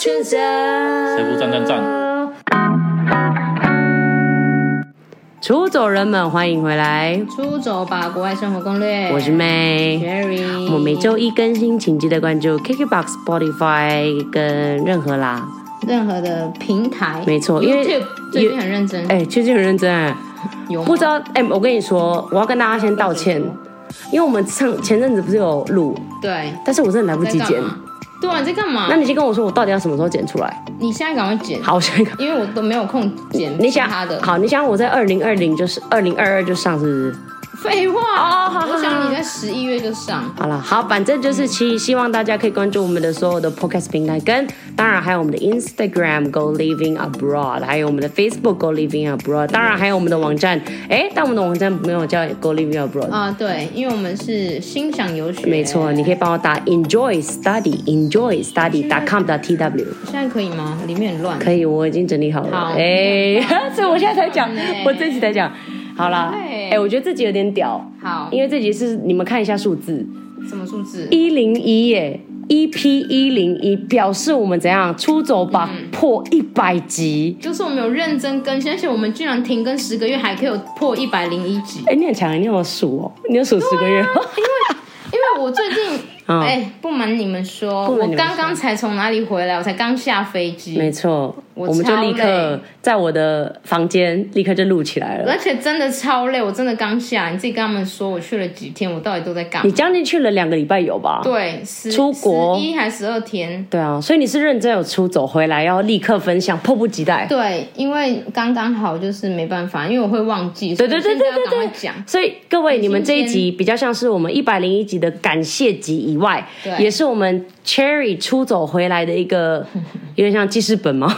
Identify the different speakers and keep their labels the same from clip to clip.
Speaker 1: 群交。
Speaker 2: 谁不赞赞赞？
Speaker 1: 出走人们，欢迎回来，
Speaker 3: 出走吧，国外生活攻略。
Speaker 1: 我是 May。
Speaker 3: Jerry，
Speaker 1: 我们每周一更新，请记得关注 KKBOX、Spotify 跟任何啦。
Speaker 3: 任何的平台，
Speaker 1: 没错因为
Speaker 3: YouTube 最近很认真，
Speaker 1: 哎、最近很认真哎、
Speaker 3: 有吗
Speaker 1: 不知道哎、我跟你说，我要跟大家先道歉，因为我们上前阵子不是有录，
Speaker 3: 对，
Speaker 1: 但是我真的来不及
Speaker 3: 在
Speaker 1: 剪
Speaker 3: 干。嘛？对啊，你在干嘛
Speaker 1: 那？你先跟我说，我到底要什么时候剪出来？
Speaker 3: 你现在赶快剪，
Speaker 1: 好，我先。
Speaker 3: 因为我都没有空剪
Speaker 1: 你
Speaker 3: 其
Speaker 1: 想
Speaker 3: 他的。
Speaker 1: 好，你想我在二零二零就是二零二二就上，是不是？
Speaker 3: 废话，
Speaker 1: 哦好好
Speaker 3: 我想你在十一月就上。
Speaker 1: 好了，好，反正就是希希望大家可以关注我们的所有的 podcast 平台，跟当然还有我们的 Instagram Go Living Abroad，还有我们的 Facebook Go Living Abroad，当然还有我们的网站，哎，但我们的网站没有叫 Go Living Abroad。
Speaker 3: 啊，对，因为我们是心想游学，
Speaker 1: 没错，你可以帮我打 enjoy study enjoy study com t w，
Speaker 3: 现在可以吗？里面很乱，
Speaker 1: 可以，我已经整理好了
Speaker 3: 好。
Speaker 1: 哎， 所以我现在才讲
Speaker 3: 很棒欸，
Speaker 1: 我这集才讲。好啦，
Speaker 3: 对
Speaker 1: 哎，我觉得这集有点屌，
Speaker 3: 好，
Speaker 1: 因为这集是你们看一下数字，
Speaker 3: 什么数字？
Speaker 1: 一零一耶，EP 一零一，表示我们怎样出走吧
Speaker 3: 嗯
Speaker 1: 破一百集。
Speaker 3: 就是我们有认真更新，而且我们居然停更十个月，还可以有破一百零一集。
Speaker 1: 哎，你很强，你有数哦，你有数十个月。
Speaker 3: 啊因为我最近，
Speaker 1: 嗯
Speaker 3: 哎、不瞒你们说，
Speaker 1: 不瞒你
Speaker 3: 我
Speaker 1: 们说
Speaker 3: 刚刚才从哪里回来，我才刚下飞 机，
Speaker 1: 没错，
Speaker 3: 我
Speaker 1: 我们就
Speaker 3: 超
Speaker 1: 立刻
Speaker 3: 累
Speaker 1: 在我的房间立刻就录起来了。
Speaker 3: 而且真的超累，我真的刚下。你自己跟他们说，我去了几天，我到底都在干
Speaker 1: 你
Speaker 3: 嘛？
Speaker 1: 将近去了两个礼拜有吧？
Speaker 3: 对，十
Speaker 1: 出国
Speaker 3: 一还十二天。
Speaker 1: 对啊，所以你是认真有出走回来，要立刻分享，迫不及待。
Speaker 3: 对，因为刚刚好就是没办法，因为我会忘记，
Speaker 1: 对对对对对
Speaker 3: 所以我现在要赶
Speaker 1: 对
Speaker 3: 快讲。
Speaker 1: 所以各位，你们这一
Speaker 3: 今
Speaker 1: 集比较像是我们一百零一集的感谢集以外，
Speaker 3: 对
Speaker 1: 也是我们 Cherry 出走回来的一 个，有点像记事本吗？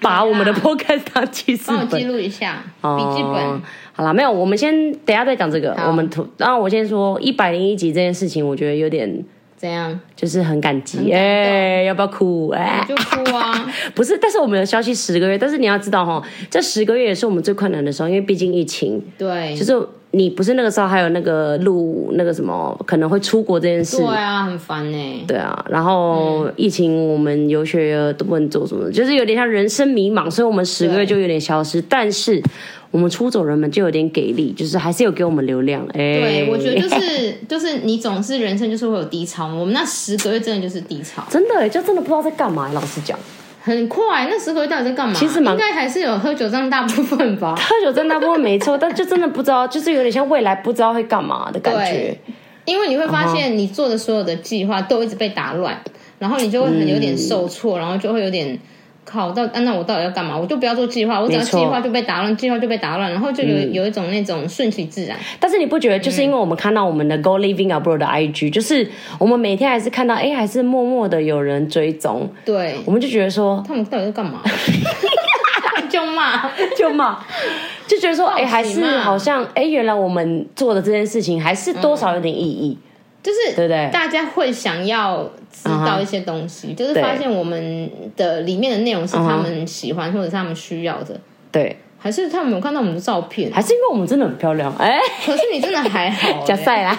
Speaker 1: 把我们的 podcast 当记事
Speaker 3: 啊帮我记
Speaker 1: 本。
Speaker 3: 录一下
Speaker 1: 哦
Speaker 3: 笔记本。
Speaker 1: 好啦，没有，我们先等一下再讲这个。
Speaker 3: 好
Speaker 1: 我们图，然后我先说一百零一集这件事情，我觉得有点
Speaker 3: 怎样？
Speaker 1: 就是很感激，
Speaker 3: 很感动
Speaker 1: 哎、要不要哭？哎、
Speaker 3: 你就 哭啊！
Speaker 1: 不是，但是我们有消息十个月，但是你要知道哈，这十个月也是我们最困难的时候，因为毕竟疫情，
Speaker 3: 对
Speaker 1: 就，是你不是那个时候还有那个录那个什么可能会出国这件事
Speaker 3: 对，啊，很烦呢。
Speaker 1: 对啊，然后疫情我们游学都不能做什么，就是有点像人生迷茫，所以我们十个月
Speaker 3: 对
Speaker 1: 就有点消失，但是我们出走人们就有点给力，就是还是有给我们流量，哎、
Speaker 3: 对，我觉得就是就是你总是人生就是会有低潮，我们那十个月真的就是低潮，
Speaker 1: 真的、哎，就真的不知道在干嘛、老实讲，
Speaker 3: 很快那十个月到底在干嘛？
Speaker 1: 其实蛮
Speaker 3: 应该还是有喝酒占大部分吧。
Speaker 1: 喝酒真的不会没错，但就真的不知道，就是有点像未来不知道会干嘛的感觉
Speaker 3: 对。因为你会发
Speaker 1: 哦
Speaker 3: 现，你做的所有的计划都一直被打乱，然后你就会很有
Speaker 1: 嗯
Speaker 3: 点受挫，然后就会有点靠到、啊，那我到底要干嘛？我就不要做计划，我只要
Speaker 1: 没错嗯
Speaker 3: 计划就被打乱，计划就被打乱，然后就有、有一种那种顺其自然。
Speaker 1: 但是你不觉得，就是因
Speaker 3: 嗯
Speaker 1: 为我们看到我们的 Go Living Abroad 的 IG，就是我们每天还是看到，哎、还是默默的有人追踪，
Speaker 3: 对，
Speaker 1: 我们就觉得说，
Speaker 3: 他们到底在干嘛？ 就骂，
Speaker 1: 就嘛，就觉得说，哎、还是
Speaker 3: 嘛
Speaker 1: 好像，哎、原来我们做的这件事情还是多少有点意义。
Speaker 3: 就是
Speaker 1: 对不对嗯
Speaker 3: 大家会想要知道一些东西，就是
Speaker 1: 对
Speaker 3: 发现我们的里面的内容是
Speaker 1: 嗯
Speaker 3: 他们喜欢或者是他们需要的，
Speaker 1: 对，
Speaker 3: 还是他们有看到我们的照片？
Speaker 1: 还是因为我们真的很漂亮，哎、
Speaker 3: 可是你真的还好、
Speaker 1: 假啊
Speaker 3: 欸，
Speaker 1: 赛啦。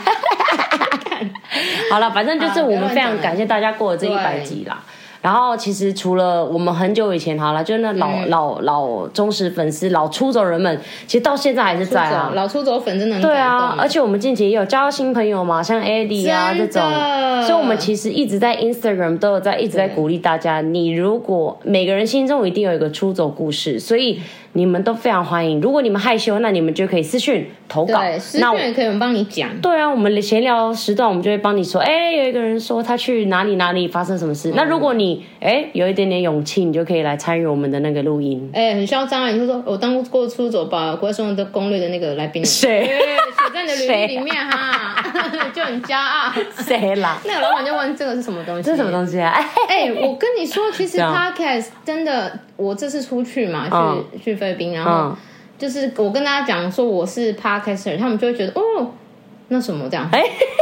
Speaker 1: 好了，反正就是我们非常感谢大家过了这一
Speaker 3: 好不要乱
Speaker 1: 百
Speaker 3: 讲
Speaker 1: 集啦。然后其实除了我们很久以前好了，就是那老、
Speaker 3: 嗯
Speaker 1: 老老忠实粉丝、老出走人们，其实到现在还是在啊
Speaker 3: 走。老出走粉真的很
Speaker 1: 对
Speaker 3: 感
Speaker 1: 啊，
Speaker 3: 动
Speaker 1: 而且我们近期也有交到新朋友嘛，像 Eddie 啊这
Speaker 3: 真的
Speaker 1: 种，所以我们其实一直在 Instagram 都有在一直在鼓励大家，你如果每个人心中一定有一个出走故事，所以你们都非常欢迎。如果你们害羞，那你们就可以私讯投稿
Speaker 3: 对，私，
Speaker 1: 那
Speaker 3: 讯
Speaker 1: 我
Speaker 3: 也可以有人帮你讲，
Speaker 1: 对啊，我们闲聊时段，我们就会帮你说，哎、有一个人说他去哪里哪里发生什么
Speaker 3: 嗯
Speaker 1: 事。那如果你哎、有一点点勇气，你就可以来参与我们的那个录音。
Speaker 3: 哎、很嚣张啊！你就说我当过出走吧，国外生活的攻略的那个来宾，哎写
Speaker 1: 谁 啊
Speaker 3: 在你的履历里面 哈，就很骄傲。
Speaker 1: 谁啦？
Speaker 3: 那个老板就问这个是什么东西？
Speaker 1: 这是什么东西啊？哎、
Speaker 3: 哎、我跟你说，其实
Speaker 1: 这样
Speaker 3: podcast 真的，我这次出去嘛，去、
Speaker 1: 嗯
Speaker 3: 去菲律宾，然后
Speaker 1: 嗯，
Speaker 3: 就是我跟大家讲说我是 podcaster，他们就会觉得哦，那什么这样，
Speaker 1: 哎、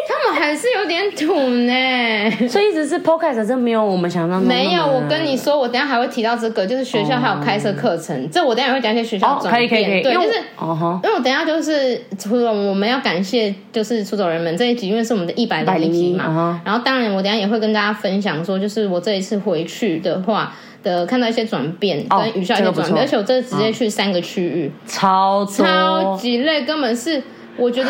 Speaker 3: 他们还是有点土 呢。
Speaker 1: 所以只是 podcast 真没有我们想象中那么
Speaker 3: 没有，我跟你说，我等一下还会提到这个，就是学校还有开设课程，这我等一下也会讲一些学校
Speaker 1: 哦
Speaker 3: 的，转
Speaker 1: 可以
Speaker 3: 变，
Speaker 1: 可以可以，
Speaker 3: 对，
Speaker 1: 因
Speaker 3: 就
Speaker 1: 为
Speaker 3: 是
Speaker 1: 我哦哈，
Speaker 3: 因为我等一下就是出走，我们要感谢就是出走人们这一集，因为是我们的一百
Speaker 1: 百
Speaker 3: 零
Speaker 1: 零
Speaker 3: 集
Speaker 1: 一
Speaker 3: 嘛。
Speaker 1: 啊
Speaker 3: 然后当然，我等一下也会跟大家分享说，就是我这一次回去的话的看到一些转变，
Speaker 1: 哦
Speaker 3: 跟语校一
Speaker 1: 这
Speaker 3: 些
Speaker 1: 个不
Speaker 3: 转
Speaker 1: 错哦
Speaker 3: 变，而且我这直接去三个区域，
Speaker 1: 哈，超
Speaker 3: 超
Speaker 1: 多，
Speaker 3: 级累，根本是我觉得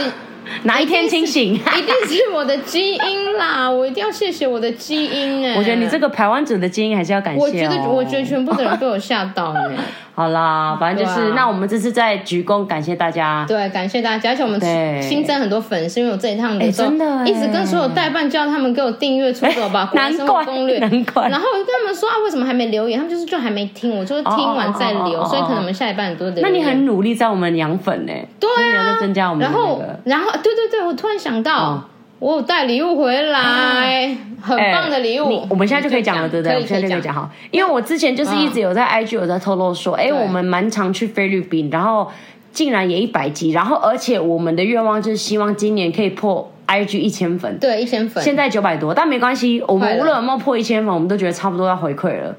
Speaker 1: 哪一天清 醒？
Speaker 3: 一定是我的基因啦，我一定要谢谢我的基因哎、
Speaker 1: 我觉得你这个排湾组的基因还是要感谢、哦。
Speaker 3: 我觉得我觉得全部的人被我吓到哎呢、
Speaker 1: 好啦，反正就是、
Speaker 3: 对啊
Speaker 1: 那我们这次在鞠躬感谢大家。
Speaker 3: 对，感谢大家，而且我们
Speaker 1: 对
Speaker 3: 新增很多粉丝，因为我这一趟
Speaker 1: 哎
Speaker 3: 的时候
Speaker 1: 真的哎
Speaker 3: 一直跟所有代办叫他们给我订阅出 走吧，果然
Speaker 1: 难
Speaker 3: 生活
Speaker 1: 怪
Speaker 3: 攻略。
Speaker 1: 难怪
Speaker 3: 然后我就跟他们说啊，为什么还没留言？他们就是就还没听，我就是听完再
Speaker 1: 哦哦哦
Speaker 3: 留，
Speaker 1: 哦哦
Speaker 3: 所以可能我们下一半多留言。
Speaker 1: 那你很努力在我们养粉呢、
Speaker 3: 对
Speaker 1: 那你要
Speaker 3: 啊
Speaker 1: 再，增加我们、
Speaker 3: 然
Speaker 1: 那个。
Speaker 3: 后然后对对对，我突然想
Speaker 1: 哦
Speaker 3: 到，我有带礼物回来，很
Speaker 1: 哎
Speaker 3: 棒的礼
Speaker 1: 你
Speaker 3: 物，
Speaker 1: 我们现在就可以讲了，对不对？我
Speaker 3: 可以
Speaker 1: 们现在就可以讲。好，因为我之前就是一直有在 IG 有在透露说，哎，
Speaker 3: 对
Speaker 1: 我们蛮常去菲律宾，然后竟然也一百集，然后而且我们的愿望就是希望今年可以破 IG 一千粉，
Speaker 3: 对，一千粉。
Speaker 1: 现在九百多，但没关系，我
Speaker 3: 快
Speaker 1: 们
Speaker 3: 了
Speaker 1: 无论有没有破一千粉，我们都觉得差不多要回馈了。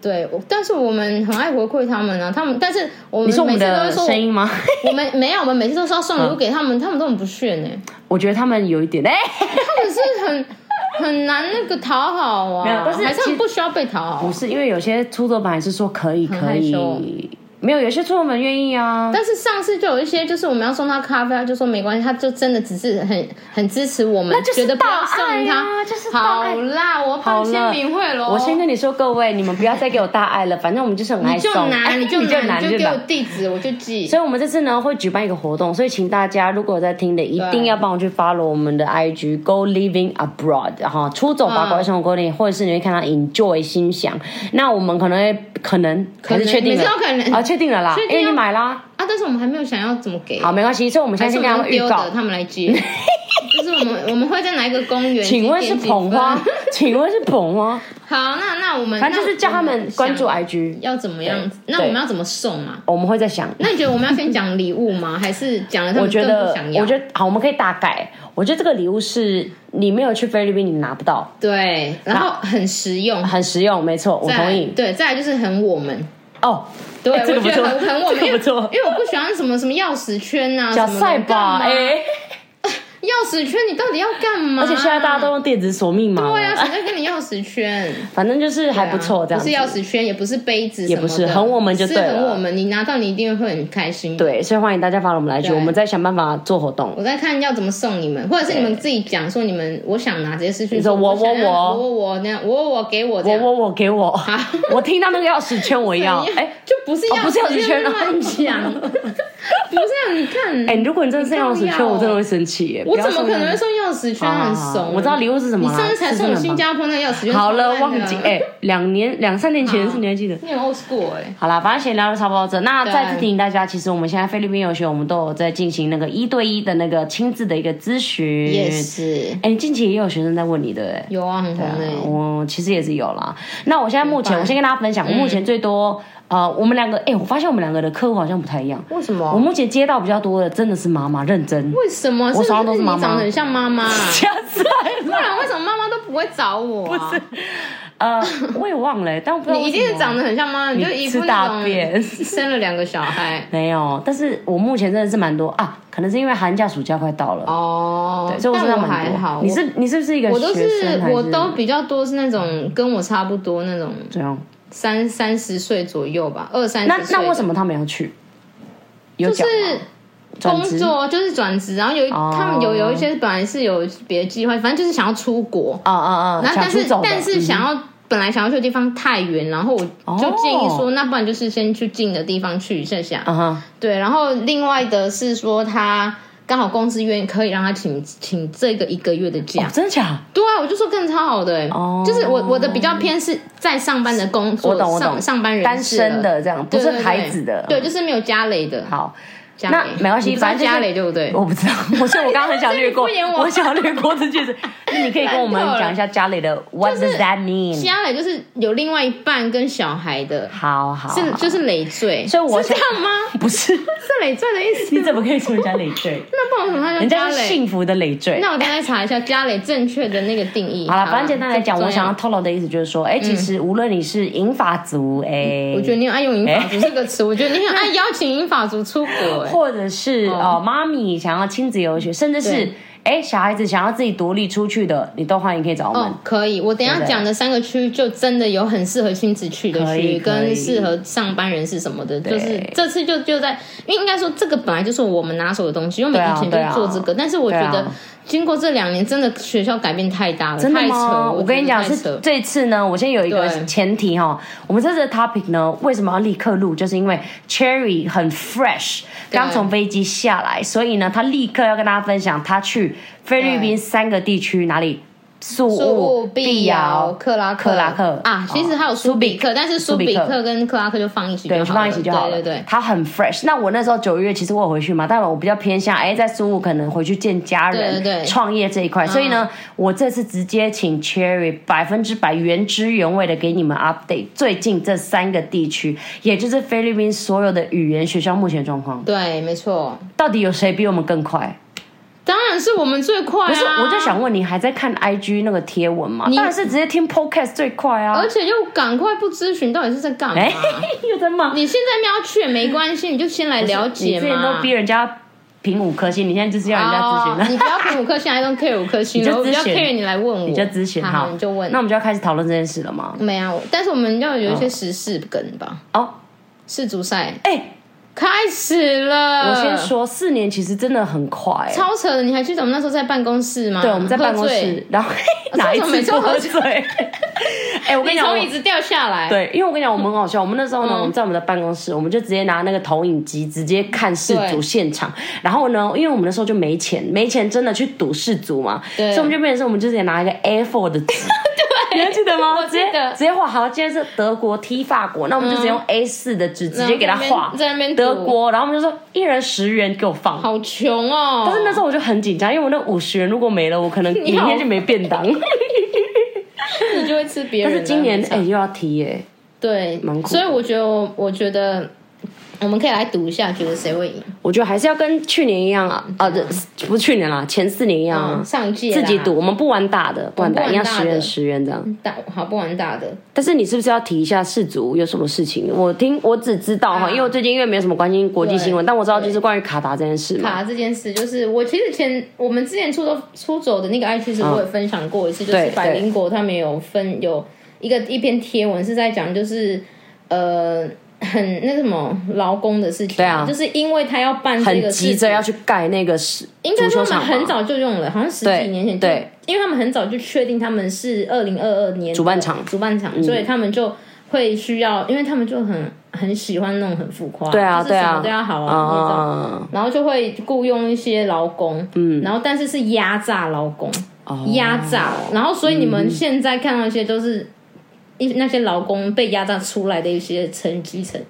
Speaker 3: 对，我但是我们很爱回馈他们啊，他们，但是我
Speaker 1: 你
Speaker 3: 们
Speaker 1: 说我
Speaker 3: 每
Speaker 1: 们
Speaker 3: 次都会
Speaker 1: 的
Speaker 3: 说我
Speaker 1: 声音吗？
Speaker 3: 我们没有，我们每次都是要送礼物给他们，他们都很不屑呢、
Speaker 1: 我觉得他们有一点哎，
Speaker 3: 他们是很很难那个讨好
Speaker 1: 没有
Speaker 3: 啊，
Speaker 1: 但是
Speaker 3: 还是
Speaker 1: 其
Speaker 3: 很
Speaker 1: 实
Speaker 3: 不需要被讨好
Speaker 1: 不。是，因为有些出作版还是说可以
Speaker 3: 很
Speaker 1: 可
Speaker 3: 害羞
Speaker 1: 以，没有有些出作版愿意啊。
Speaker 3: 但是上次就有一些，就是我们要送他咖啡，他就说没关系，他就真的只是很很支持我们，
Speaker 1: 那就是
Speaker 3: 觉得不要
Speaker 1: 大爱
Speaker 3: 送他，
Speaker 1: 啊就是大爱
Speaker 3: 好啦，我
Speaker 1: 好
Speaker 3: 放签
Speaker 1: 了，
Speaker 3: 名会喽，
Speaker 1: 我先跟你说，各位，你们不要再给我大爱了，反正我们就是很爱
Speaker 3: 你就
Speaker 1: 送，
Speaker 3: 拿，你就
Speaker 1: 你
Speaker 3: 拿，你就
Speaker 1: 对
Speaker 3: 给我
Speaker 1: 吧？
Speaker 3: 地址，我就寄。
Speaker 1: 所以，我们这次呢会举办一个活动，所以请大家如果有在听的，一定要帮我去 follow 我们的 IG Go Living Abroad，然后出走吧，
Speaker 3: 嗯
Speaker 1: 国外生活国内，或者是你会看到 Enjoy 心想。那我们可能会可能
Speaker 3: 可
Speaker 1: 还
Speaker 3: 能
Speaker 1: 是确定
Speaker 3: 每
Speaker 1: 了
Speaker 3: 次都可能
Speaker 1: 啊，确定了啦
Speaker 3: 确，定
Speaker 1: 因为
Speaker 3: 啊
Speaker 1: 你买啦，
Speaker 3: 啊，但是我们还没有想要怎么给，
Speaker 1: 好，没关系。所以我们现
Speaker 3: 还
Speaker 1: 在
Speaker 3: 是
Speaker 1: 先跟他
Speaker 3: 我
Speaker 1: 们
Speaker 3: 们
Speaker 1: 预
Speaker 3: 丢
Speaker 1: 告
Speaker 3: 的，，他们来接。就是我们我们会在哪一个公园？
Speaker 1: 请问
Speaker 3: 几
Speaker 1: 是
Speaker 3: 点几
Speaker 1: 捧
Speaker 3: 分
Speaker 1: 花？ 请问是捧花？
Speaker 3: 好，那那我们
Speaker 1: 反正就是
Speaker 3: 那
Speaker 1: 叫他
Speaker 3: 我
Speaker 1: 们关注
Speaker 3: 想
Speaker 1: IG，
Speaker 3: 要怎么样
Speaker 1: 对？
Speaker 3: 那我们要怎么送啊？
Speaker 1: 我们会在想。
Speaker 3: 那你觉得我们要先讲礼物吗？还是讲了他
Speaker 1: 我
Speaker 3: 们
Speaker 1: 觉
Speaker 3: 更不
Speaker 1: 得
Speaker 3: 想，要？
Speaker 1: 我觉得好，我们可以大概。我觉得这个礼物是你没有去菲律宾，你拿不到，
Speaker 3: 对，然后很实用。
Speaker 1: 很实用，没错，我
Speaker 3: 再来
Speaker 1: 同意。
Speaker 3: 对，再来就是很我们，
Speaker 1: 哦，
Speaker 3: 对，
Speaker 1: 哎这个
Speaker 3: 我
Speaker 1: 不
Speaker 3: 觉
Speaker 1: 错
Speaker 3: 得很很我，们，
Speaker 1: 这个
Speaker 3: 因为
Speaker 1: 不错，
Speaker 3: 因为我不喜欢什么什么钥匙圈啊，
Speaker 1: 假
Speaker 3: 什么的
Speaker 1: 赛吧，
Speaker 3: 干嘛
Speaker 1: 哎，
Speaker 3: 钥匙圈你到底要干嘛？
Speaker 1: 而且现在大家都用电子锁密码
Speaker 3: 对啊，
Speaker 1: 了，
Speaker 3: 谁在跟你钥匙圈？
Speaker 1: 哎反正就是 还不错，这
Speaker 3: 对啊
Speaker 1: 样
Speaker 3: 不
Speaker 1: 子
Speaker 3: 是。钥匙圈，也不是杯子什么的，
Speaker 1: 也不是很我们就是对了
Speaker 3: 很我们，你拿到你一定会很开心。，
Speaker 1: 对，所以欢迎大家发我们来句，
Speaker 3: 对
Speaker 1: 我们再想办法做活动。
Speaker 3: 我在看要怎么送你们，或者是你们自己讲说你们我想拿这些事情，
Speaker 1: 你说我
Speaker 3: 我想要
Speaker 1: 我
Speaker 3: 我我那样我我给我这
Speaker 1: 我
Speaker 3: 样，
Speaker 1: 我我给我，我听到那个钥匙圈我 要
Speaker 3: 怎，样
Speaker 1: 哎
Speaker 3: 就不是
Speaker 1: 哦
Speaker 3: 要
Speaker 1: 不是钥匙圈啊
Speaker 3: 乱讲，不是啊，你看
Speaker 1: 哎，如果你真的是钥匙
Speaker 3: 重
Speaker 1: 圈，
Speaker 3: 要
Speaker 1: 我真的会生气耶。
Speaker 3: 我
Speaker 1: 不要
Speaker 3: 怎么
Speaker 1: 送
Speaker 3: 可
Speaker 1: 那
Speaker 3: 能
Speaker 1: 个
Speaker 3: 会送钥匙圈？
Speaker 1: 好
Speaker 3: 很
Speaker 1: 好好
Speaker 3: 怂，
Speaker 1: 我知道礼物是什么
Speaker 3: 你
Speaker 1: 啦
Speaker 3: 上次才送
Speaker 1: 是真的很
Speaker 3: 我
Speaker 1: 棒
Speaker 3: 新加坡那个钥匙圈，
Speaker 1: 好
Speaker 3: 超
Speaker 1: 了，
Speaker 3: 烂的
Speaker 1: 忘记哎，两年两三年前
Speaker 3: 好
Speaker 1: 是你还记得？
Speaker 3: 你很 old school 哎，
Speaker 1: 好啦，反正闲聊的差不多到这。那
Speaker 3: 对
Speaker 1: 再次提醒大家，其实我们现在菲律宾游学，我们都有在进行那个一对一的那个亲自的一个咨询。
Speaker 3: 也是
Speaker 1: 哎、近期也有学生在问你的、欸，
Speaker 3: 有啊，很红哎，
Speaker 1: 我其实也是有啦。那我现在目前，
Speaker 3: 明白
Speaker 1: 我先跟大家分享，
Speaker 3: 嗯
Speaker 1: 我目前最多、呃，我们两个，哎、我发现我们两个的客户好像不太一样。
Speaker 3: 为什
Speaker 1: 我
Speaker 3: 么？
Speaker 1: 目前接到比较多的，真的是妈妈认真，
Speaker 3: 为什么？
Speaker 1: 我手上都是
Speaker 3: 不
Speaker 1: 妈妈
Speaker 3: 是你长得很像妈妈啊，
Speaker 1: 吓死
Speaker 3: 不
Speaker 1: 了。
Speaker 3: 然为什么妈妈都不会找我啊？
Speaker 1: 呃，我也忘了、欸，但我不知道
Speaker 3: 你一
Speaker 1: 为什么
Speaker 3: 定是长得很像妈妈，你就一副
Speaker 1: 吃
Speaker 3: 那
Speaker 1: 大便
Speaker 3: 种生了两个小孩
Speaker 1: 没有，但是我目前真的是蛮多啊，可能是因为寒假暑假快到了。
Speaker 3: 哦
Speaker 1: 对，所以我
Speaker 3: 但
Speaker 1: 知道
Speaker 3: 我
Speaker 1: 蛮
Speaker 3: 还
Speaker 1: 多。
Speaker 3: 好，
Speaker 1: 你是你是不是一个
Speaker 3: 我都
Speaker 1: 学
Speaker 3: 是
Speaker 1: 生还
Speaker 3: 我都比较多是那种跟我差不多那种
Speaker 1: 这样？
Speaker 3: 三三十岁左右吧，二三
Speaker 1: 那
Speaker 3: 十岁的。
Speaker 1: 那为什么他们要去？有
Speaker 3: 就是
Speaker 1: 讲吗？转
Speaker 3: 工
Speaker 1: 职
Speaker 3: 作就是转职，然后有一
Speaker 1: 哦
Speaker 3: 他们有有一些本来是有别的计划，反正就是想要出国，
Speaker 1: 啊啊啊！
Speaker 3: 然后但
Speaker 1: 想出
Speaker 3: 是
Speaker 1: 走的
Speaker 3: 但是想要。本来想要去的地方太远，然后我就建议说，
Speaker 1: 哦
Speaker 3: 那不然就是先去近的地方去一下下。
Speaker 1: 啊哈，
Speaker 3: 对，然后另外的是说他刚好公司愿意可以让他请请这个一个月的假
Speaker 1: 哦，。真的假？
Speaker 3: 对啊，我就说更超好的、欸，
Speaker 1: 哦
Speaker 3: 就是我我的比较偏是在上班的工作，
Speaker 1: 我懂我懂
Speaker 3: 上上班人士
Speaker 1: 单身
Speaker 3: 了，
Speaker 1: 的这样，不
Speaker 3: 对
Speaker 1: 是
Speaker 3: 对对
Speaker 1: 孩子的。
Speaker 3: 对，就是没有家累的。
Speaker 1: 好，
Speaker 3: 家
Speaker 1: 那
Speaker 3: 累
Speaker 1: 没关系
Speaker 3: 你不知道
Speaker 1: 反正就是
Speaker 3: 家累对不对？
Speaker 1: 我不知道，我所以我刚刚很想略过
Speaker 3: 这你敷衍，我
Speaker 1: 我想略过这句子。没是你可以跟我们讲一下家里的 What
Speaker 3: 就是
Speaker 1: does that mean？
Speaker 3: 家里就是有另外一半跟小孩的，
Speaker 1: 好好，
Speaker 3: 是
Speaker 1: 好
Speaker 3: 就是累赘，
Speaker 1: 所以我
Speaker 3: 是这
Speaker 1: 想
Speaker 3: 样吗？
Speaker 1: 不是？
Speaker 3: 是累赘的意 思？
Speaker 1: 你怎么可以说人家累赘？
Speaker 3: 那不然为什么他叫
Speaker 1: 人
Speaker 3: 家
Speaker 1: 家是
Speaker 3: 累？
Speaker 1: 幸福的累赘。
Speaker 3: 那我刚才查一下家里正确的那个定义。
Speaker 1: 好了，反正简单来讲，
Speaker 3: 这不
Speaker 1: 我
Speaker 3: 重
Speaker 1: 想
Speaker 3: 要嗯
Speaker 1: 要透露的意思就是说，哎，其实无论你是银发族，哎，
Speaker 3: 我觉得你很爱用“银发族
Speaker 1: 哎”
Speaker 3: 这个词，我觉得你很爱邀请银发族出国、哎
Speaker 1: 或者是呃，妈咪想要亲子游学，甚至是
Speaker 3: 对
Speaker 1: 哎小孩子想要自己独立出去的，你都欢迎可以找我们
Speaker 3: 哦，。可以。我等一下
Speaker 1: 对
Speaker 3: 讲的三个区就真的有很适合亲子去的
Speaker 1: 可
Speaker 3: 区，
Speaker 1: 以可
Speaker 3: 跟
Speaker 1: 以
Speaker 3: 适合上班人士什么的，
Speaker 1: 对
Speaker 3: 就是这次就就在，因为应该说这个本来就是我们拿手的东西，因为我
Speaker 1: 对
Speaker 3: 们
Speaker 1: 啊
Speaker 3: 以前就是做这个，
Speaker 1: 对啊
Speaker 3: 但是我觉
Speaker 1: 对
Speaker 3: 得
Speaker 1: 啊
Speaker 3: 经过这两年，真的学校改变太大了，
Speaker 1: 真的
Speaker 3: 太扯
Speaker 1: 吗？
Speaker 3: 了。
Speaker 1: 我
Speaker 3: 我
Speaker 1: 跟你讲，
Speaker 3: 觉得太
Speaker 1: 是
Speaker 3: 扯
Speaker 1: 这次呢，我先有一个
Speaker 3: 对
Speaker 1: 前提哈。我们这次的 topic 呢，为什么要立刻录？就是因为 Cherry 很 fresh，刚从飞机下来，所以呢，他立刻要跟大家分享他去菲律宾三个地区哪里：宿
Speaker 3: 苏
Speaker 1: 务、
Speaker 3: 务、碧瑶、克拉克、
Speaker 1: 克拉克
Speaker 3: 啊，其实还有苏比克，但是苏比
Speaker 1: 苏比
Speaker 3: 克
Speaker 1: 克
Speaker 3: 跟克拉克就放一起就好
Speaker 1: 对，
Speaker 3: 了，
Speaker 1: 去放一起就好了。
Speaker 3: 对对对。
Speaker 1: 他很 fresh。那我那时候九月其实我有回去嘛，但我比较偏向哎，在苏武可能回去见家人、
Speaker 3: 对对对嗯
Speaker 1: 创业这一块。所以呢，我这次直接请 Cherry 百分之百原汁原味的给你们 update 最近这三个地区，也就是菲律宾所有的语言学校目前状况，
Speaker 3: 对，没错，
Speaker 1: 到底有谁比我们更快？
Speaker 3: 当然是我们最快啊！
Speaker 1: 不是，我就想问你，还在看 IG 那个贴文吗？
Speaker 3: 你
Speaker 1: 当然是直接听 podcast 最快啊！
Speaker 3: 而且又赶快不咨询，到底是在干嘛？
Speaker 1: 哎， 又在骂
Speaker 3: 你现在没有去也没关系，你就先来了解
Speaker 1: 你之前
Speaker 3: 嘛
Speaker 1: 都。逼人家评五颗星，你现在就是要人家咨询了。
Speaker 3: 哦，你不要评五颗星，还用 care 五颗星，
Speaker 1: 你就
Speaker 3: 我比较
Speaker 1: 咨询
Speaker 3: care 你来问我，
Speaker 1: 你就咨询
Speaker 3: 好
Speaker 1: 好，
Speaker 3: 你就问
Speaker 1: 那。我哦们就要开始讨论这件事了吗？
Speaker 3: 没啊，我但是我们要有一些时事梗吧，
Speaker 1: 哦，
Speaker 3: 世足赛
Speaker 1: 哎、
Speaker 3: 开始了。
Speaker 1: 我先，说，四年其实真的很快、欸。
Speaker 3: 呃超扯的，你还记得我们那时候在办公室吗？
Speaker 1: 对，我们在办公
Speaker 3: 喝醉，啊
Speaker 1: 室，然后 哪一
Speaker 3: 为什么每
Speaker 1: 次
Speaker 3: 次
Speaker 1: 不
Speaker 3: 都
Speaker 1: 喝
Speaker 3: 喝
Speaker 1: 醉？哎、我跟你
Speaker 3: 你
Speaker 1: 讲，
Speaker 3: 从
Speaker 1: 我
Speaker 3: 椅子掉下来。，嗯
Speaker 1: 对，因为我跟你讲，我们很好笑。我们那时候呢，我们在我们的办公室，我们就直接拿那个投影机直接看世足
Speaker 3: 对
Speaker 1: 现场。然后呢，因为我们那时候就没钱，没钱真的去赌世足嘛，所
Speaker 3: 对
Speaker 1: 以我们就变成是，我们就直接拿一个 A4 的纸。 你还记得吗？
Speaker 3: 我
Speaker 1: 直接
Speaker 3: 记得嗯
Speaker 1: 直接画好，今天是德国踢法国，那我们就直接用 A 4的纸直接给他画
Speaker 3: 在那边
Speaker 1: 德
Speaker 3: 赌
Speaker 1: 国，然后我们就说一人十元给我放。
Speaker 3: 好穷哦。
Speaker 1: 但是那时候我就很紧张，因为我那五十元如果没了，我可 能明
Speaker 3: 好
Speaker 1: 天就没便 当。
Speaker 3: 候你就会吃别
Speaker 1: 但
Speaker 3: 人的。
Speaker 1: 是今年
Speaker 3: 很惨
Speaker 1: 哎、又要踢耶、
Speaker 3: 对
Speaker 1: 蛮，酷的
Speaker 3: 所以我觉得我，我觉得我们可以来赌一下，觉得谁会赢？
Speaker 1: 我觉得还是要跟去年一样啊，啊，这不是去年啦，前四年一样啊，
Speaker 3: 嗯上届啦
Speaker 1: 自己赌，我们不玩大的，不玩大，
Speaker 3: 我
Speaker 1: 一
Speaker 3: 们不
Speaker 1: 样
Speaker 3: 玩大的
Speaker 1: 十元十元这样。
Speaker 3: 大好不玩大的，
Speaker 1: 但是你是不是要提一下氏族有什么事情？我听我只知道哈，
Speaker 3: 啊
Speaker 1: 因为我最近因为没有什么关心国际新闻，
Speaker 3: 对
Speaker 1: 但我知道就是关于卡达这件事嘛。
Speaker 3: 卡这件事，就是我其实前我们之前出走出走的那个 I 其实我也分享过一次，就
Speaker 1: 嗯对
Speaker 3: 是百灵果他们有分有一个一篇贴文是在讲就是呃。很那个什么劳工的事情，
Speaker 1: 对啊
Speaker 3: 就是因为他要办这
Speaker 1: 很
Speaker 3: 个
Speaker 1: 急
Speaker 3: 事
Speaker 1: 着
Speaker 3: 情，
Speaker 1: 要去盖那个是
Speaker 3: 应该
Speaker 1: 足
Speaker 3: 说
Speaker 1: 球
Speaker 3: 他
Speaker 1: 场
Speaker 3: 们
Speaker 1: 嘛
Speaker 3: 很早就用了，好像十几年前就
Speaker 1: 对对，
Speaker 3: 因为他们很早就确定他们是二零二二年的
Speaker 1: 主办场嗯
Speaker 3: 主办场，所以他们就会需要，因为他们就很很喜欢那种很浮夸，
Speaker 1: 对啊
Speaker 3: 就是
Speaker 1: 对
Speaker 3: 什么
Speaker 1: 啊
Speaker 3: 都要好啊那种。
Speaker 1: 啊，
Speaker 3: 然后就会雇佣一些劳工，嗯，然后但是是压榨劳工，
Speaker 1: 哦
Speaker 3: 压榨，哦然后所以你
Speaker 1: 嗯
Speaker 3: 们现在看到一些都是一那些劳工被压榨出来的一些成绩成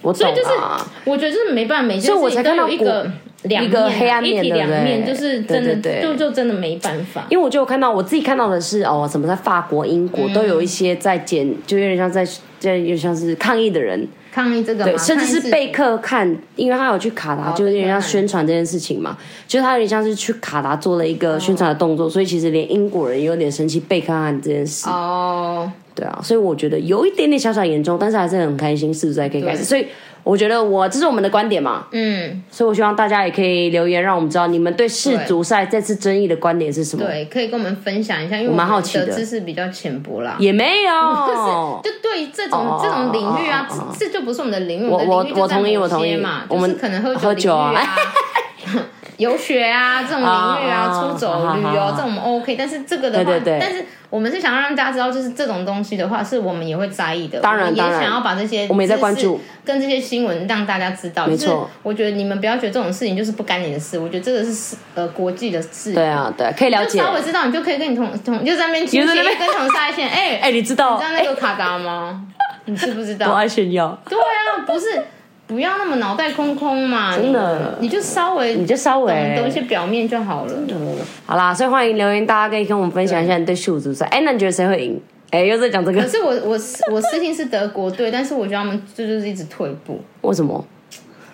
Speaker 1: 我懂
Speaker 3: 所以就是
Speaker 1: 啊。，
Speaker 3: 我觉得就是没办法，每件
Speaker 1: 所以我
Speaker 3: 事
Speaker 1: 才
Speaker 3: 情
Speaker 1: 看
Speaker 3: 都
Speaker 1: 到
Speaker 3: 有一个两
Speaker 1: 一个
Speaker 3: 啊
Speaker 1: 黑暗面
Speaker 3: 一
Speaker 1: 对
Speaker 3: 体
Speaker 1: 不
Speaker 3: 两
Speaker 1: 对
Speaker 3: 面，就是真的
Speaker 1: 对对对
Speaker 3: 就就真的没办法。
Speaker 1: 因为我就有看到我自己看到的是哦，什么在法国、英国、
Speaker 3: 嗯
Speaker 1: 都有一些在检，就有点像在，就有点像是抗议的人，
Speaker 3: 抗议这个嘛，
Speaker 1: 对，甚至
Speaker 3: 抗
Speaker 1: 是
Speaker 3: 议哦
Speaker 1: 贝克看，因为他有去卡达，就有点像宣传这件事情嘛，就是他有点像是去卡达做了一
Speaker 3: 哦
Speaker 1: 个宣传的动作，所以其实连英国人也有点生气贝克汉这件事，
Speaker 3: 哦，
Speaker 1: 对啊，所以我觉得有一点点小小严重，但是还是很开心，是不是还可以开始？所以我觉得我这是我们的观点嘛，
Speaker 3: 嗯，
Speaker 1: 所以我希望大家也可以留言，让我们知道你们对世足赛这次争议的观点是什么。
Speaker 3: 对，可以跟我们分享一下，因为我
Speaker 1: 蛮好奇的
Speaker 3: 们知识比较浅薄啦。
Speaker 1: 也没有，
Speaker 3: 就是就对于这种、
Speaker 1: 哦
Speaker 3: 这种领域啊，
Speaker 1: 哦哦哦
Speaker 3: 这这就不是我们的领域。
Speaker 1: 我
Speaker 3: 们的领域
Speaker 1: 我
Speaker 3: 就在
Speaker 1: 我同意
Speaker 3: 某
Speaker 1: 我同意
Speaker 3: 些嘛，
Speaker 1: 我们
Speaker 3: 就是可能喝
Speaker 1: 喝酒
Speaker 3: 酒领域
Speaker 1: 啊
Speaker 3: 啊。 游学啊，这种领域
Speaker 1: 哦哦
Speaker 3: 啊，
Speaker 1: 哦
Speaker 3: 出走
Speaker 1: 好好
Speaker 3: 旅游
Speaker 1: 好
Speaker 3: 这种我们 OK，但是这个的话，
Speaker 1: 对对对
Speaker 3: 但是我们是想要让大家知道，就是这种东西的话，是我们也会在意的。
Speaker 1: 当然
Speaker 3: 我们也
Speaker 1: 当然
Speaker 3: 想要把这些
Speaker 1: 我们也在关注
Speaker 3: 知识跟这些新闻让大家知道。
Speaker 1: 没
Speaker 3: 没
Speaker 1: 错，
Speaker 3: 我觉得你们不要觉得这种事情就是不干你的事，我觉得这个是呃国际的事。
Speaker 1: 对啊，对啊，可以了
Speaker 3: 就
Speaker 1: 解。
Speaker 3: 稍微知道，你就可以跟你同同就在那边亲
Speaker 1: 在那
Speaker 3: 戚
Speaker 1: 边
Speaker 3: 跟同事一 线，哎
Speaker 1: 哎、你知道 哎
Speaker 3: 你知道那个卡达吗？你知不知
Speaker 1: 我
Speaker 3: 道？
Speaker 1: 爱炫耀，
Speaker 3: 对啊，不是。不要那么脑袋空空嘛，真
Speaker 1: 的
Speaker 3: 你，你就稍微
Speaker 1: 你就稍微
Speaker 3: 懂懂一些表面就好了。
Speaker 1: 好啦，所以欢迎留言，大家可以跟我们分享一下你对世足组赛。哎，那你觉得谁会赢？哎，又在讲这
Speaker 3: 可
Speaker 1: 个，
Speaker 3: 是我我私我私信是德国 队，但是我觉得他们这就是一直退步，
Speaker 1: 为什么？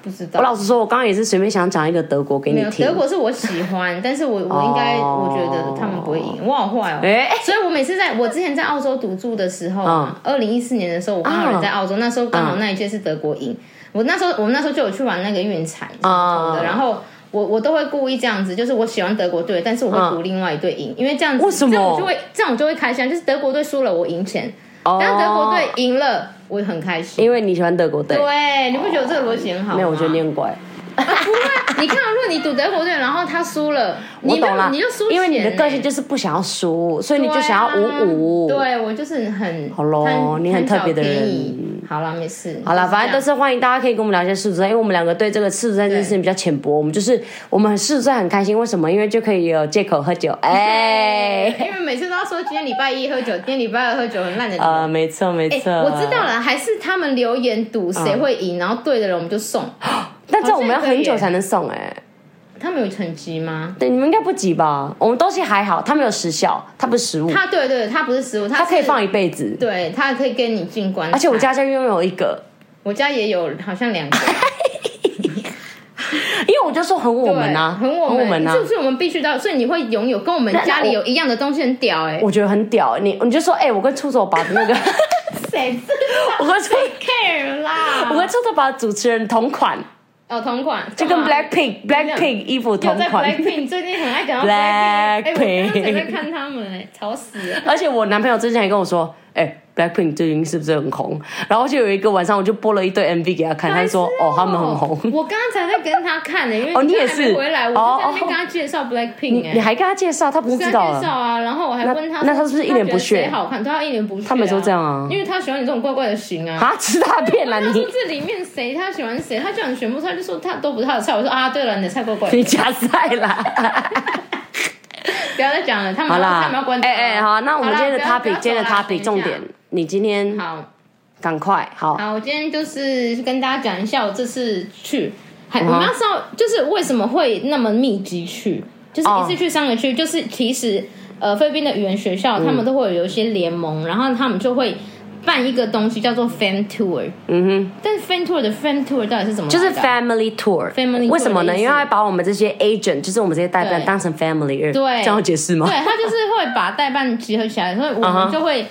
Speaker 3: 不知
Speaker 1: 我
Speaker 3: 道。
Speaker 1: 老实说，我刚刚也是随便想讲一个德国给
Speaker 3: 没
Speaker 1: 你
Speaker 3: 有
Speaker 1: 听
Speaker 3: 德。国是我喜 欢，但是我我应该我觉得他们不会赢，我好坏哦。
Speaker 1: 哎嗯
Speaker 3: 所以我每次在我之前在澳洲读住的时候啊，二零一四年的时候，我
Speaker 1: 啊
Speaker 3: 刚好人在澳洲，那时候刚好那一届是德国赢。我那时候我们那时候就有去玩那个运彩什么
Speaker 1: 啊
Speaker 3: 的，然后。我我都会故意这样子，就是我喜欢德国队，但是我会赌另外一队赢，因为这样
Speaker 1: 嗯
Speaker 3: 子，
Speaker 1: 为什么
Speaker 3: 这样我就会这样我就会开心啊，就是德国队输了我赢钱，
Speaker 1: 哦
Speaker 3: 但是德国队赢了我很开心。
Speaker 1: 因为你喜欢德国队，
Speaker 3: 对，啊你不觉得这个逻辑很好吗？
Speaker 1: 没有，我觉得你很乖。
Speaker 3: 不会，你看啊，如果你赌德国队，然后他输了，
Speaker 1: 我
Speaker 3: 你
Speaker 1: 懂了，
Speaker 3: 就你就输钱欸，
Speaker 1: 因为你的个性就是不想要输，所以你就想要五五。
Speaker 3: 对啊。对我就是很
Speaker 1: 好咯
Speaker 3: 贪
Speaker 1: 你很特别的人
Speaker 3: 贪小便宜好了，没事。
Speaker 1: 好了，反正都
Speaker 3: 就是
Speaker 1: 欢迎大家可以跟我们聊一下世足赛，因为我们两个对这个世足赛这件事情比较浅薄，我们就是我们世足赛很开心，为什么？因为就可以有借口喝 酒，哎、
Speaker 3: 这样因为每次都要说今天礼拜一喝酒，今天礼拜二喝酒，很烂的理由。
Speaker 1: 呃，没错没
Speaker 3: 哎
Speaker 1: 错、
Speaker 3: 我知道了，还是他们留言赌谁会赢，然后对的人我们就送。
Speaker 1: 但这我们要很久才能送哎、
Speaker 3: 他们有成绩吗？
Speaker 1: 对，你们应该不急吧？我们东西还好，它没有时效，它不是食物，
Speaker 3: 他对对，他不是食物，他
Speaker 1: 它嗯可以
Speaker 3: 是
Speaker 1: 放，一辈子。
Speaker 3: 对他可以跟你进关。
Speaker 1: 而且我家就拥有一个，
Speaker 3: 我家也有，好像两个。
Speaker 1: 因为我就说很我们啊，
Speaker 3: 对很我
Speaker 1: 很我们啊
Speaker 3: 就，是我们必须到，所以你会拥有跟我们
Speaker 1: 那那
Speaker 3: 家里
Speaker 1: 我
Speaker 3: 有一样的东西，很屌哎、
Speaker 1: 我觉得很屌。你你就说，哎、我跟出手把那 个，
Speaker 3: 谁知道
Speaker 1: 我跟出
Speaker 3: care 啦？
Speaker 1: 我跟出手把主持人同款，
Speaker 3: 哦，同款，
Speaker 1: 就跟
Speaker 3: 干嘛
Speaker 1: Blackpink Blackpink 衣服
Speaker 3: 又
Speaker 1: 同
Speaker 3: 在
Speaker 1: 款。
Speaker 3: Blackpink，最近很爱讲到 Blackpink，哎、我刚刚
Speaker 1: Blackpink
Speaker 3: 在看他们哎、吵死了。
Speaker 1: 而且我男朋友之前还跟我说，哎、b l a c k p i n k 最近是不是很红？然后就有一个晚上，我就播了一堆 MV 给他看，他说，哦，他们很红。
Speaker 3: 啊我刚刚才在跟他看的、欸因为
Speaker 1: 哦你也
Speaker 3: 刚才还没
Speaker 1: 是
Speaker 3: 回来，我
Speaker 1: 哦
Speaker 3: 就在那边跟他介绍 Blackpink 哎、
Speaker 1: 你还跟他介绍，他不是
Speaker 3: 我跟
Speaker 1: 知
Speaker 3: 他
Speaker 1: 道
Speaker 3: 介绍
Speaker 1: 了？
Speaker 3: 啊，然后我还
Speaker 1: 那
Speaker 3: 问他，
Speaker 1: 那他是不是一脸不屑
Speaker 3: 他觉得谁好看？对他一脸不屑、啊。
Speaker 1: 他每次都这样啊
Speaker 3: 因为他喜欢你这种怪怪的型啊。
Speaker 1: 啊， 吃大便啦
Speaker 3: 他说
Speaker 1: 你！
Speaker 3: 这里面谁他喜欢谁，他就想选不出来，就说他都不是他的菜。我说啊，对了，你的菜怪怪 的，
Speaker 1: 你加赛 啦！
Speaker 3: 不要再讲了，他们
Speaker 1: 好
Speaker 3: 他
Speaker 1: 啦
Speaker 3: 们要关，掉了。啊
Speaker 1: 哎哎，好，那我们
Speaker 3: 好啦
Speaker 1: 今天的
Speaker 3: 不要不
Speaker 1: topic，
Speaker 3: 要
Speaker 1: 今天的
Speaker 3: 走啦
Speaker 1: topic 重点
Speaker 3: 等一，
Speaker 1: 你今天
Speaker 3: 下好
Speaker 1: 赶快好，
Speaker 3: 好，我今天就是跟大家讲一下我这次去，还我们要稍就是为什么会那么密集去，就是一次去三个
Speaker 1: 哦
Speaker 3: 区，就是其实呃菲律宾的语言学校他们都会有一些联盟，然后他们就会办一个东西叫做 fan tour，
Speaker 1: 嗯
Speaker 3: 但是 fan tour 的 fan tour 到底是怎
Speaker 1: 哼，
Speaker 3: 么
Speaker 1: 就是
Speaker 3: 来的啊
Speaker 1: family tour。
Speaker 3: family tour
Speaker 1: 为什么呢？
Speaker 3: 的意思
Speaker 1: 因为他把我们这些 agent，就是我们这些代办，
Speaker 3: 对
Speaker 1: 当成 family 人，
Speaker 3: 对
Speaker 1: 这样有解释吗？
Speaker 3: 对他就是会把代办集合起来，所以我
Speaker 1: 嗯哼
Speaker 3: 们就会、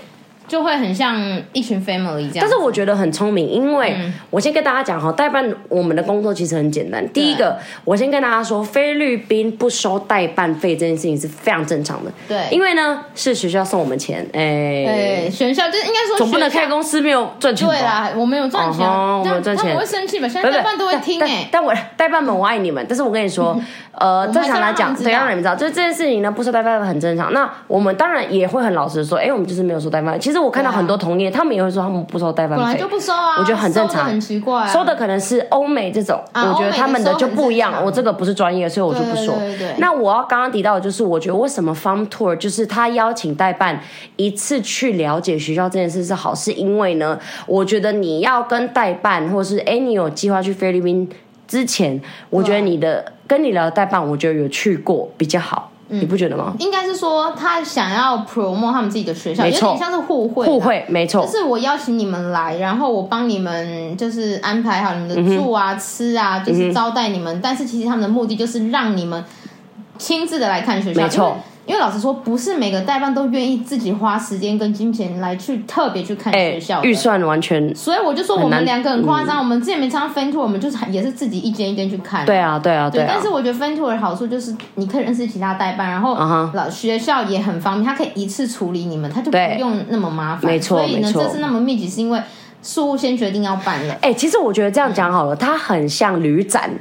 Speaker 3: 就会很像一群 family 这样。嗯
Speaker 1: 但是我觉得很聪明，因为我先跟大家讲哈，代办我们的工作其实很简单。第一个，我先跟大家说，菲律宾不收代办费这件事情是非常正常的。
Speaker 3: 对
Speaker 1: 因为呢是学校送我们钱，哎、
Speaker 3: 对学校就是应该说
Speaker 1: 总不能
Speaker 3: 学校
Speaker 1: 开公司没有赚钱吧？
Speaker 3: 对啦，我们有赚钱啊，
Speaker 1: 哦吼
Speaker 3: 但
Speaker 1: 我们有赚钱
Speaker 3: 他们会生气吧？现
Speaker 1: 不是，
Speaker 3: 在代办都会听
Speaker 1: 但
Speaker 3: 哎、
Speaker 1: 但但我代办们，我爱你们。但是我跟你 说，呃，
Speaker 3: 我们
Speaker 1: 正
Speaker 3: 还是
Speaker 1: 常来
Speaker 3: 要让
Speaker 1: 讲，
Speaker 3: 他们
Speaker 1: 对，
Speaker 3: 知道
Speaker 1: 让你们知道，就是这件事情呢，不收代办很正常。那我们当然也会很老实地说，哎，我们就是没有收代办。其实我看到
Speaker 3: 对啊
Speaker 1: 很多同业，他们也会说他们不收代办
Speaker 3: 本来
Speaker 1: 费
Speaker 3: 就。不收啊，
Speaker 1: 我觉得很正
Speaker 3: 收得
Speaker 1: 常，
Speaker 3: 很奇怪、啊，
Speaker 1: 收的可能是欧美这种，
Speaker 3: 啊
Speaker 1: 我觉得他们的就不一
Speaker 3: 欧
Speaker 1: 样
Speaker 3: 美的收很正。常
Speaker 1: 我这个不是专业，所以我就不说。
Speaker 3: 对对对对
Speaker 1: 那我要刚刚提到的就是，我觉得为什么 Farm Tour 就是他邀请代办一次去了解学校这件事是好，是因为呢，我觉得你要跟代办，或是哎你有计划去菲律宾之前，我觉得你的跟你聊的代办，我觉得有去过比较好，
Speaker 3: 嗯
Speaker 1: 你不觉得吗？
Speaker 3: 应该是说他想要 promote 他们自己的学校，
Speaker 1: 没
Speaker 3: 有
Speaker 1: 错
Speaker 3: 点像是互惠啦
Speaker 1: 互。惠，没错
Speaker 3: 就。是我邀请你们来，然后我帮你们就是安排好你们的住啊、吃
Speaker 1: 嗯
Speaker 3: 啊，就是招待你们。但是其实他们的目的就是让你们亲自的来看学校，
Speaker 1: 没错
Speaker 3: 因为。因为老实说，不是每个代办都愿意自己花时间跟金钱来去特别去看学
Speaker 1: 哎
Speaker 3: 校，的
Speaker 1: 预算完全
Speaker 3: 所以我就说我
Speaker 1: 难嗯
Speaker 3: 们两个很夸张，我们之前没常分 tour，我们就是也是自己一间一间去看。
Speaker 1: 对啊，对啊，对
Speaker 3: 对，
Speaker 1: 啊。
Speaker 3: 但是我觉得分 tour 的好处就是你可以认识其他代办，然后
Speaker 1: 哈
Speaker 3: 老学校也很方便，他可以一次处理你们，他就不
Speaker 1: 对
Speaker 3: 用那么麻烦。
Speaker 1: 没错
Speaker 3: 所以呢，
Speaker 1: 没错
Speaker 3: 这次那么密集是因为事务先决定要办了。嗯
Speaker 1: 哎、其实我觉得这样讲好了，它很像旅展。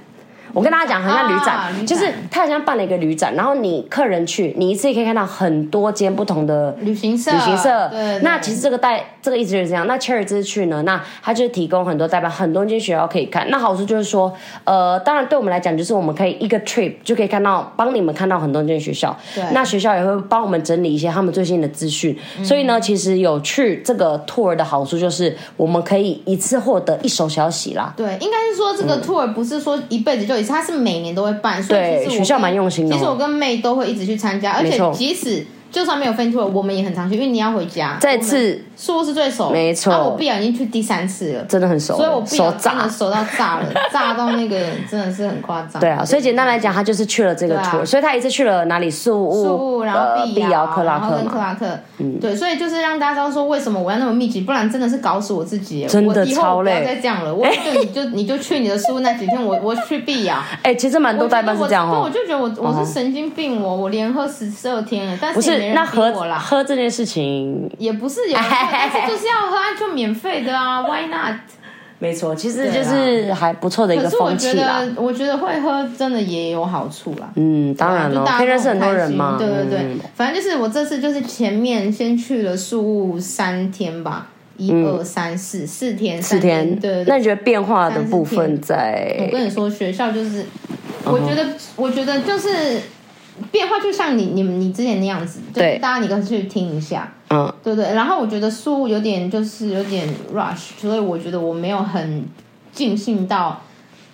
Speaker 1: 我跟大家讲，很像旅展，
Speaker 3: 啊旅展
Speaker 1: 就是它好像办了一个旅展，然后你客人去，你一次也可以看到很多间不同的
Speaker 3: 旅行社，
Speaker 1: 旅行社。
Speaker 3: 对对
Speaker 1: 那其实这个代这个意思就是这样。那 Cherry 这次去呢，那它就是提供很多代表很多间学校可以看。那好处就是说，呃，当然对我们来讲，就是我们可以一个 trip 就可以看到，帮你们看到很多间学校。
Speaker 3: 对
Speaker 1: 那学校也会帮我们整理一些他们最新的资讯。
Speaker 3: 嗯
Speaker 1: 所以呢，其实有去这个 tour 的好处就是，我们可以一次获得一手消息啦。
Speaker 3: 对，应该是说这个 tour 不是说一辈子就一次，它是每年都会办，所以
Speaker 1: 对
Speaker 3: 其实我
Speaker 1: 学校
Speaker 3: 跟
Speaker 1: 蛮用心的哦
Speaker 3: 其实我跟妹都会一直去参加，而
Speaker 1: 没
Speaker 3: 且
Speaker 1: 错
Speaker 3: 即使就算没有 fan tour，我们也很常去，因为你要回家。
Speaker 1: 再次
Speaker 3: 硕是最熟，
Speaker 1: 没错
Speaker 3: 然后我毕业已经去第三次了，
Speaker 1: 真的很熟，
Speaker 3: 所以我毕业
Speaker 1: 哦手
Speaker 3: 真
Speaker 1: 炸
Speaker 3: 的。熟到炸 了，炸到那个真的是很夸张。
Speaker 1: 对啊，所以简单来讲，他就是去了这个
Speaker 3: 对啊
Speaker 1: tour，、所以他一次去了哪里？宿务、
Speaker 3: 树，然后
Speaker 1: 呃
Speaker 3: 碧
Speaker 1: 碧
Speaker 3: 瑶、
Speaker 1: 克拉
Speaker 3: 然后
Speaker 1: 克
Speaker 3: 跟
Speaker 1: 嘛嗯
Speaker 3: 克。拉克，对，所以就是让大家知道说为什么我要那么密集，不然真的是搞死我自己耶。
Speaker 1: 真的
Speaker 3: 我以后
Speaker 1: 超累
Speaker 3: 我不要再这样了。我就你就你就去你的书那几天，我我去 碧瑶。
Speaker 1: 哎、其实蛮多代办是这样
Speaker 3: 我
Speaker 1: 哦。
Speaker 3: 觉得我对，我就觉得我我是神经病，我我连喝十二天哎，但
Speaker 1: 不
Speaker 3: 是也没
Speaker 1: 是，
Speaker 3: 人
Speaker 1: 那
Speaker 3: 逼
Speaker 1: 喝
Speaker 3: 我啦，
Speaker 1: 喝这件事情，
Speaker 3: 也不是 有人逼我，但是就是要喝啊就免费的啊，Why not？
Speaker 1: 没错，其实
Speaker 3: 对
Speaker 1: 就
Speaker 3: 啊
Speaker 1: 是还不错的一
Speaker 3: 可
Speaker 1: 个
Speaker 3: 是我
Speaker 1: 风气
Speaker 3: 觉
Speaker 1: 啦。
Speaker 3: 得，我觉得会喝真的也有好处啦。
Speaker 1: 嗯，当然
Speaker 3: 啊就
Speaker 1: 了，
Speaker 3: 大家
Speaker 1: 可以认识
Speaker 3: 都
Speaker 1: 很多
Speaker 3: 开
Speaker 1: 人
Speaker 3: 心
Speaker 1: 嘛。
Speaker 3: 对对对，
Speaker 1: 嗯
Speaker 3: 反正就是我这次就是前面先去了宿务三天吧，一二三四四天，
Speaker 1: 嗯四
Speaker 3: 四
Speaker 1: 天。
Speaker 3: 对对
Speaker 1: 那
Speaker 3: 对。
Speaker 1: 你觉得变化的
Speaker 3: 三四
Speaker 1: 部分
Speaker 3: 天我
Speaker 1: 在？
Speaker 3: 跟你说，学校就是，
Speaker 1: 嗯
Speaker 3: 我觉得，我觉得就是变化，就像你你你之前那样子，就
Speaker 1: 对
Speaker 3: 大家你可以去听一下，
Speaker 1: 嗯，
Speaker 3: 对不对？然后我觉得宿务有点就是有点 rush，所以我觉得我没有很尽兴到，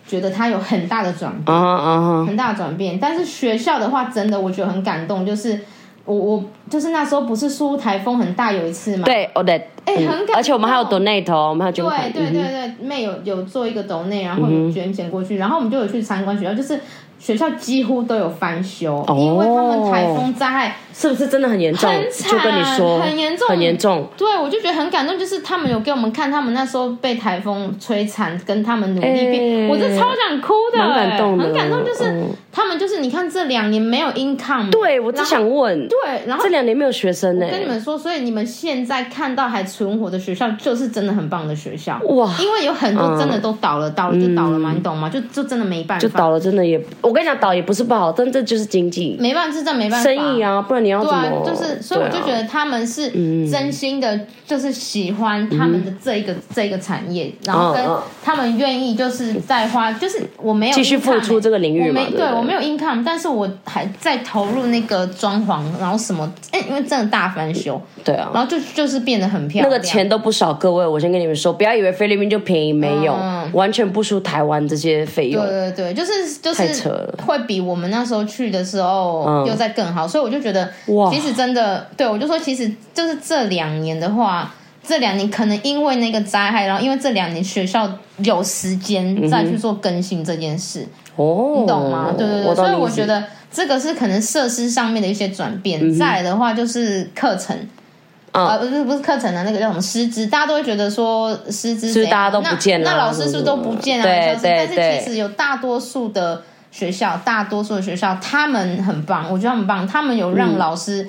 Speaker 3: 觉得它有很大的转变。
Speaker 1: 啊哈啊哈，
Speaker 3: 很大的转变。但是学校的话，真的我觉得很感动，就是我我就是那时候不是苏台风很大有一次嘛，
Speaker 1: 对，我的。
Speaker 3: 哎很
Speaker 1: 嗯
Speaker 3: 感
Speaker 1: 而且我们还有
Speaker 3: 动
Speaker 1: donate 哦，我们还有捐款
Speaker 3: 对。对
Speaker 1: 嗯
Speaker 3: 对对，妹有有做一个抖内，然后有捐钱过去，然后我们就有去参观学校，就是学校几乎都有翻修，
Speaker 1: 哦
Speaker 3: 因为他们台风灾害。
Speaker 1: 是不是真的很严重？
Speaker 3: 很惨
Speaker 1: 就跟你说，
Speaker 3: 很严重
Speaker 1: 很严重。
Speaker 3: 对，我就觉得很感动，就是他们有给我们看他们那时候被台风摧残，跟他们努力变，
Speaker 1: 哎
Speaker 3: 我是超想哭的，
Speaker 1: 蛮感动的
Speaker 3: 很感动，就是、
Speaker 1: 嗯
Speaker 3: 他们就是你看这两年没有 income，
Speaker 1: 对，我只
Speaker 3: 然后
Speaker 1: 想问，
Speaker 3: 对，然后
Speaker 1: 这两年没有学生欸呢、
Speaker 3: 跟你们说，所以你们现在看到还存活的学校，就是真的很棒的学校
Speaker 1: 哇嗯
Speaker 3: 因为有很多真的都倒了，倒了就倒了嘛，你懂吗？就就真的没办法，
Speaker 1: 就倒了，真的也，我跟你讲，倒也不是不好，但这就是经济
Speaker 3: 没办法，是真的没办法。
Speaker 1: 生意啊，不然你要
Speaker 3: 对
Speaker 1: 怎
Speaker 3: 啊
Speaker 1: 么？，
Speaker 3: 就是，所以我就觉
Speaker 1: 对啊嗯
Speaker 3: 得他们是真心的，就是喜欢他们的这一个、这一个产业，然后跟
Speaker 1: 嗯嗯
Speaker 3: 他们愿意就是再花，就是我没有
Speaker 1: 继续
Speaker 3: income
Speaker 1: 付出
Speaker 3: 欸
Speaker 1: 这个领域嘛
Speaker 3: 我没
Speaker 1: 对不对
Speaker 3: 我没有 income，但是我还在投入那个装潢，然后什么，哎、因为真的大翻修，
Speaker 1: 对啊，
Speaker 3: 然后就就是变得很漂
Speaker 1: 那
Speaker 3: 亮。
Speaker 1: 个钱都不少，各位，我先跟你们说，不要以为菲律宾就便宜，没有，完全不输台湾这些费用
Speaker 3: 对。对对，就是就
Speaker 1: 太扯
Speaker 3: 是
Speaker 1: 了嗯
Speaker 3: 会比我们那时候去的时候又再更好，所以我就觉得
Speaker 1: 哇，
Speaker 3: 其实真的，对我就说，其实就是这两年的话，这两年可能因为那个灾害，然后因为这两年学校有时间再去做更新这件事，
Speaker 1: 哦，
Speaker 3: 你懂吗？对对对，
Speaker 1: 我懂
Speaker 3: 所以
Speaker 1: 你
Speaker 3: 我
Speaker 1: 意思
Speaker 3: 觉得这个是可能设施上面的一些转变。再来的话就是课程。
Speaker 1: 嗯
Speaker 3: 呃，不是不是课程的那个叫什么师资，大家都会觉得说师资
Speaker 1: 是大家都不见了
Speaker 3: 那，那老师是不是都不见啊？
Speaker 1: 对
Speaker 3: 消失
Speaker 1: 对
Speaker 3: 但是
Speaker 1: 对
Speaker 3: 其实有大多数的学校，大多数的学校他们很棒，我觉得他们棒，他们有让老师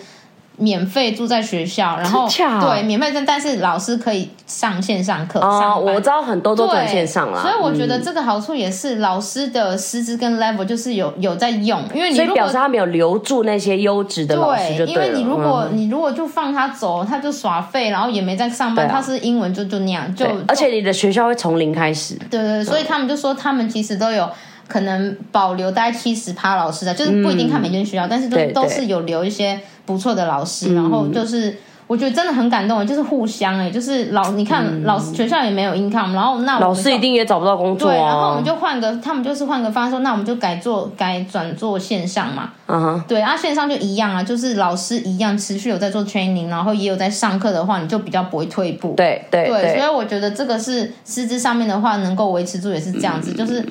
Speaker 3: 免费住在学校，然后
Speaker 1: 真假
Speaker 3: 对免费，但但是老师可以上线上课。
Speaker 1: 啊，
Speaker 3: 上班
Speaker 1: 我知道很多都转
Speaker 3: 对
Speaker 1: 线上啦，
Speaker 3: 所以我觉
Speaker 1: 嗯
Speaker 3: 得这个好处也是老师的师资跟 level 就是有有在用，因为你
Speaker 1: 所以
Speaker 3: 如
Speaker 1: 表
Speaker 3: 果
Speaker 1: 示他没有留住那些优质的老师就
Speaker 3: 对，因为
Speaker 1: 了。
Speaker 3: 你如果、
Speaker 1: 嗯
Speaker 3: 你如果就放他走，他就耍废，然后也没在上班，
Speaker 1: 对啊
Speaker 3: 他是英文就就那样，就
Speaker 1: 对而且你嗯的学校会从零开始，
Speaker 3: 对对对，所以他们就说他们其实都有。可能保留大概七十趴老师的，就是不一定看每间学校，但是都
Speaker 1: 嗯对对嗯
Speaker 3: 都是有留一些不错的老师，然后就是我觉得真的很感动，就是互相哎、就是老你看、老师学校也没有 income，然后那
Speaker 1: 嗯
Speaker 3: 我们
Speaker 1: 老师
Speaker 3: 就
Speaker 1: 一定也找不到工作
Speaker 3: 对，然后我
Speaker 1: 啊
Speaker 3: 们。就换个，他们就是换个方式，说那我们就改做改转做线上嘛。
Speaker 1: 嗯哼，
Speaker 3: 对啊，线上就一样啊，就是老师一样持续有在做 training，然后也有在上课的话，你就比较不会退步。
Speaker 1: 对对
Speaker 3: 对所
Speaker 1: 对，
Speaker 3: 以我觉得这个是师资上面的话，能够维持住也是这样子，就是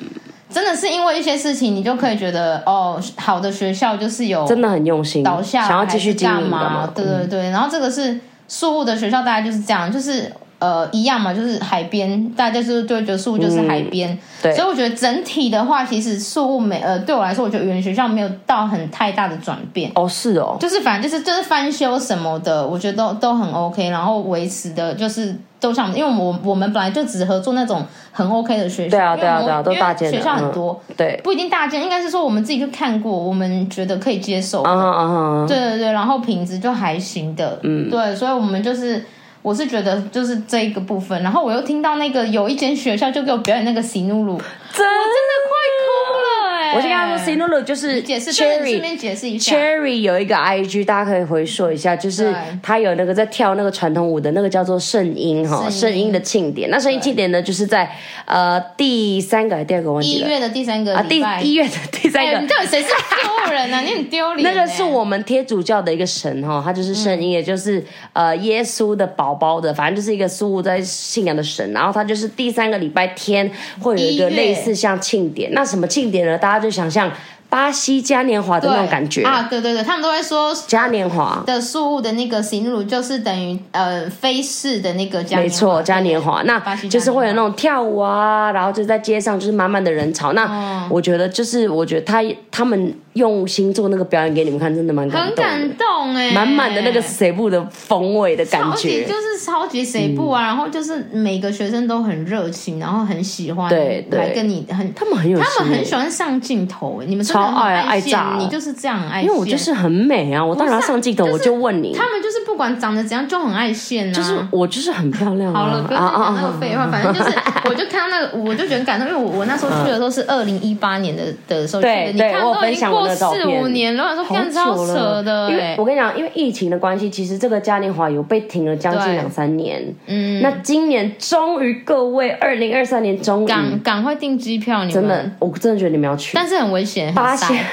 Speaker 3: 真的是因为一些事情，你就可以觉得哦，好的学校就是有
Speaker 1: 真的很用心，
Speaker 3: 倒下来
Speaker 1: 嗯想要继续
Speaker 3: 还是
Speaker 1: 经营
Speaker 3: 干
Speaker 1: 的嗯
Speaker 3: 嘛？
Speaker 1: 嘛。
Speaker 3: 对对对，然后这个是树屋的学校，大概就是这样，就是。呃一样嘛，就是海边，大家就是对觉得宿务就是海边、
Speaker 1: 嗯对
Speaker 3: 所以我觉得整体的话，其实宿务没呃对我来说，我觉得语言学校没有到很太大的转变。
Speaker 1: 哦，是哦，
Speaker 3: 就是反正就是就是翻修什么的，我觉得都都很 OK，然后维持的就是都像，因为我我们本来就只合作那种很 OK 的学校，
Speaker 1: 对啊，
Speaker 3: 因为
Speaker 1: 对啊，
Speaker 3: 我
Speaker 1: 对啊，都
Speaker 3: 因为
Speaker 1: 大件的，
Speaker 3: 学校很
Speaker 1: 嗯
Speaker 3: 多，，
Speaker 1: 对，
Speaker 3: 不一定大件，应该是说我们自己去看过，我们觉得可以接受，
Speaker 1: 啊哈啊哈啊哈，
Speaker 3: 对对对，然后品质就还行的，嗯，对，所以我们就是。我是觉得就是这一个部分，然后我又听到那个有一间学校就给我表演那个喜怒鲁，
Speaker 1: 真
Speaker 3: 真的快哭了哎、
Speaker 1: 我先跟他说 c i n o l o 就是
Speaker 3: 解释，顺
Speaker 1: Cherry
Speaker 3: 顺便解释一下，
Speaker 1: Cherry 有一个 IG，大家可以回溯一下，就是
Speaker 3: 对
Speaker 1: 他有那个在跳那个传统舞的那个叫做圣音哈，
Speaker 3: 圣
Speaker 1: 圣
Speaker 3: 音
Speaker 1: 音的庆典。那圣音庆典呢，就是在呃第三个还是第二个我忘
Speaker 3: 一
Speaker 1: 记了
Speaker 3: 月的第三个
Speaker 1: 啊，
Speaker 3: 礼
Speaker 1: 第
Speaker 3: 拜，
Speaker 1: 一月的第三
Speaker 3: 哎
Speaker 1: 个
Speaker 3: 你。到 底谁是丢人呢、啊？你很丢脸、
Speaker 1: 那个是。我们天主教的一个神哈，他就是圣婴，也就是
Speaker 3: 嗯
Speaker 1: 呃耶稣的宝宝的，反正就是一个苏在信仰的神。然后他就是第三个礼拜天会有一个
Speaker 3: 一月
Speaker 1: 类似像庆典，那什么庆典呢？大家就想象巴西嘉年华的
Speaker 3: 对
Speaker 1: 那种感觉，
Speaker 3: 啊，对对对，他们都会说
Speaker 1: 嘉年华。
Speaker 3: 的树屋的那个行路就是等于呃非式的那个嘉
Speaker 1: 没
Speaker 3: 年华
Speaker 1: 错，嘉年华，那
Speaker 3: 巴西嘉年华
Speaker 1: 就是会有那种跳舞啊，然后就在街上就是满满的人潮。
Speaker 3: 哦
Speaker 1: 那我觉得就是，我觉得他他们用心做那个表演给你们看，真的蛮感
Speaker 3: 很
Speaker 1: 动的，
Speaker 3: 感动哎、
Speaker 1: 满满的那个谁部的风味的感
Speaker 3: 超
Speaker 1: 觉。
Speaker 3: 级就是超级谁不
Speaker 1: 嗯
Speaker 3: 啊、然后就是每个学生都很热情，然后很喜欢，
Speaker 1: 对对
Speaker 3: 来跟你很
Speaker 1: 他们很有心欸，
Speaker 3: 他们很喜欢上镜头哎、你们真的
Speaker 1: 超
Speaker 3: 很
Speaker 1: 爱
Speaker 3: 爱
Speaker 1: 爱炸
Speaker 3: 现你就是这样很爱
Speaker 1: 因
Speaker 3: 现，
Speaker 1: 为我就是很美啊，我当然要上镜头，
Speaker 3: 不是
Speaker 1: 我
Speaker 3: 啊
Speaker 1: 就问你，
Speaker 3: 他们就是不管长得怎样就很爱现啊，
Speaker 1: 就是我就是很漂亮啊，
Speaker 3: 好了，不要
Speaker 1: 啊
Speaker 3: 再
Speaker 1: 啊
Speaker 3: 讲那
Speaker 1: 啊
Speaker 3: 个废话，反 正就是，我就看到那个，我就觉得很感动，因为我我那时候去的时候是二零一八年的的时候去
Speaker 1: 对
Speaker 3: 的，你
Speaker 1: 对
Speaker 3: 看
Speaker 1: 我有
Speaker 3: 都
Speaker 1: 分
Speaker 3: 已经
Speaker 1: 享我
Speaker 3: 过
Speaker 1: 的照
Speaker 3: 四
Speaker 1: 片
Speaker 3: 五年了，我想说
Speaker 1: 好
Speaker 3: 干超
Speaker 1: 久
Speaker 3: 扯
Speaker 1: 了，
Speaker 3: 的
Speaker 1: 因
Speaker 3: 哎
Speaker 1: 为我，跟你讲，因为疫情的关系，其实这个嘉年华有被停了将近
Speaker 3: 对
Speaker 1: 两三年。
Speaker 3: 嗯，
Speaker 1: 那今年终于，各位，二零二三年终于，
Speaker 3: 赶赶快订机票，你们
Speaker 1: 嗯真，的，我真的觉得你们要去
Speaker 3: 但是很危险，
Speaker 1: 巴
Speaker 3: 很
Speaker 1: 西
Speaker 3: 塞，，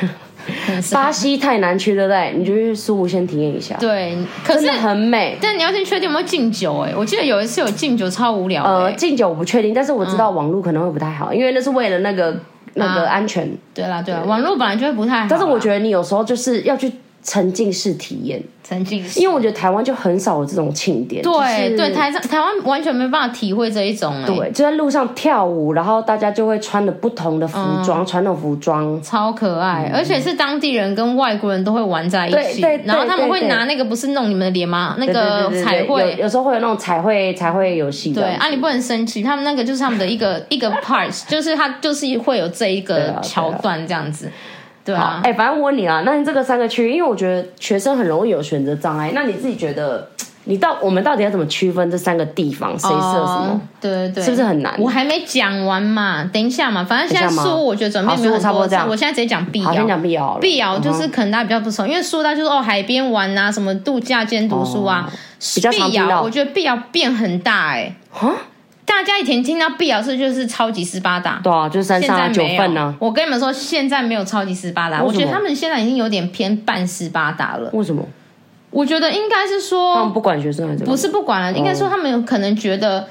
Speaker 3: 很塞，
Speaker 1: 巴西太难去，对不对？你就去苏武先体验一下，
Speaker 3: 对，可
Speaker 1: 真
Speaker 3: 是
Speaker 1: 的很美。
Speaker 3: 但你要先确定有没有敬酒哎，我记得有一次有敬酒超无聊欸
Speaker 1: 呃，
Speaker 3: 的，
Speaker 1: 敬酒我不确定，但是我知
Speaker 3: 嗯
Speaker 1: 道网络可能会不太好，因为那是为了那个那
Speaker 3: 啊
Speaker 1: 个安全。
Speaker 3: 对啦对啦，网络本来就会不太好啦，啊
Speaker 1: 但是我觉得你有时候就是要去沉浸式体验，
Speaker 3: 曾经是。
Speaker 1: 因为我觉得台湾就很少有这种庆典。
Speaker 3: 对对，
Speaker 1: 就是
Speaker 3: 台上台湾完全没办法体会这一种哎，
Speaker 1: 对，就在路上跳舞，然后大家就会穿的不同的服
Speaker 3: 嗯
Speaker 1: 装，传统服装。
Speaker 3: 超可爱，而且是当地人跟外国人都会玩在一
Speaker 1: 对
Speaker 3: 起，
Speaker 1: 嗯对对
Speaker 3: 然后他们会
Speaker 1: 对对
Speaker 3: 拿那个不是弄你们的脸吗？那
Speaker 1: 对对
Speaker 3: 个
Speaker 1: 对对
Speaker 3: 彩
Speaker 1: 对，
Speaker 3: 绘
Speaker 1: 有，有时候会有那种彩绘彩绘游戏的。
Speaker 3: 对啊，你不能生气，他们那个就是他们的一个 一个 parts，就是它就是会有这一
Speaker 1: 对啊
Speaker 3: 个
Speaker 1: 对啊
Speaker 3: 桥段这样子，对
Speaker 1: 好，
Speaker 3: 啊，
Speaker 1: 哎、反正我问你啊，那你这个三个区域，因为我觉得学生很容易有选择障碍，那你自己觉得，嗯你到我们到底要怎么区分这三个地方谁适合什么
Speaker 3: 哦？对对对，
Speaker 1: 是不是很难
Speaker 3: 我还没讲完嘛，等一下嘛，反正现在
Speaker 1: 等一下吗
Speaker 3: 书我觉得准备
Speaker 1: 好
Speaker 3: 没有很
Speaker 1: 书差不多
Speaker 3: 多，
Speaker 1: 这样
Speaker 3: 我现在直接讲必
Speaker 1: 好，
Speaker 3: 要
Speaker 1: 先。讲碧嗯瑶好了。
Speaker 3: 碧瑶就是可能大家比较不熟，因为苏大就是哦海边玩啊，什么度假兼读书啊。
Speaker 1: 哦比较常
Speaker 3: 碧
Speaker 1: 听到
Speaker 3: 瑶，我觉得碧瑶变很大哎、
Speaker 1: 啊，
Speaker 3: 大家以前听到碧瑶是就是超级斯巴达，
Speaker 1: 对啊，就是山
Speaker 3: 现
Speaker 1: 上
Speaker 3: 在
Speaker 1: 啊九
Speaker 3: 没有。
Speaker 1: 份呢、
Speaker 3: 我跟你们说，现在没有超级斯巴达，
Speaker 1: 为什么
Speaker 3: 我觉得他们现在已经有点偏半斯巴达了
Speaker 1: 啊，。为什么
Speaker 3: 哦我觉得应该是
Speaker 1: 他们
Speaker 3: 说
Speaker 1: 不管学生还是怎么
Speaker 3: 不是不管
Speaker 1: 嗯
Speaker 3: 了，应该说他们有可能觉得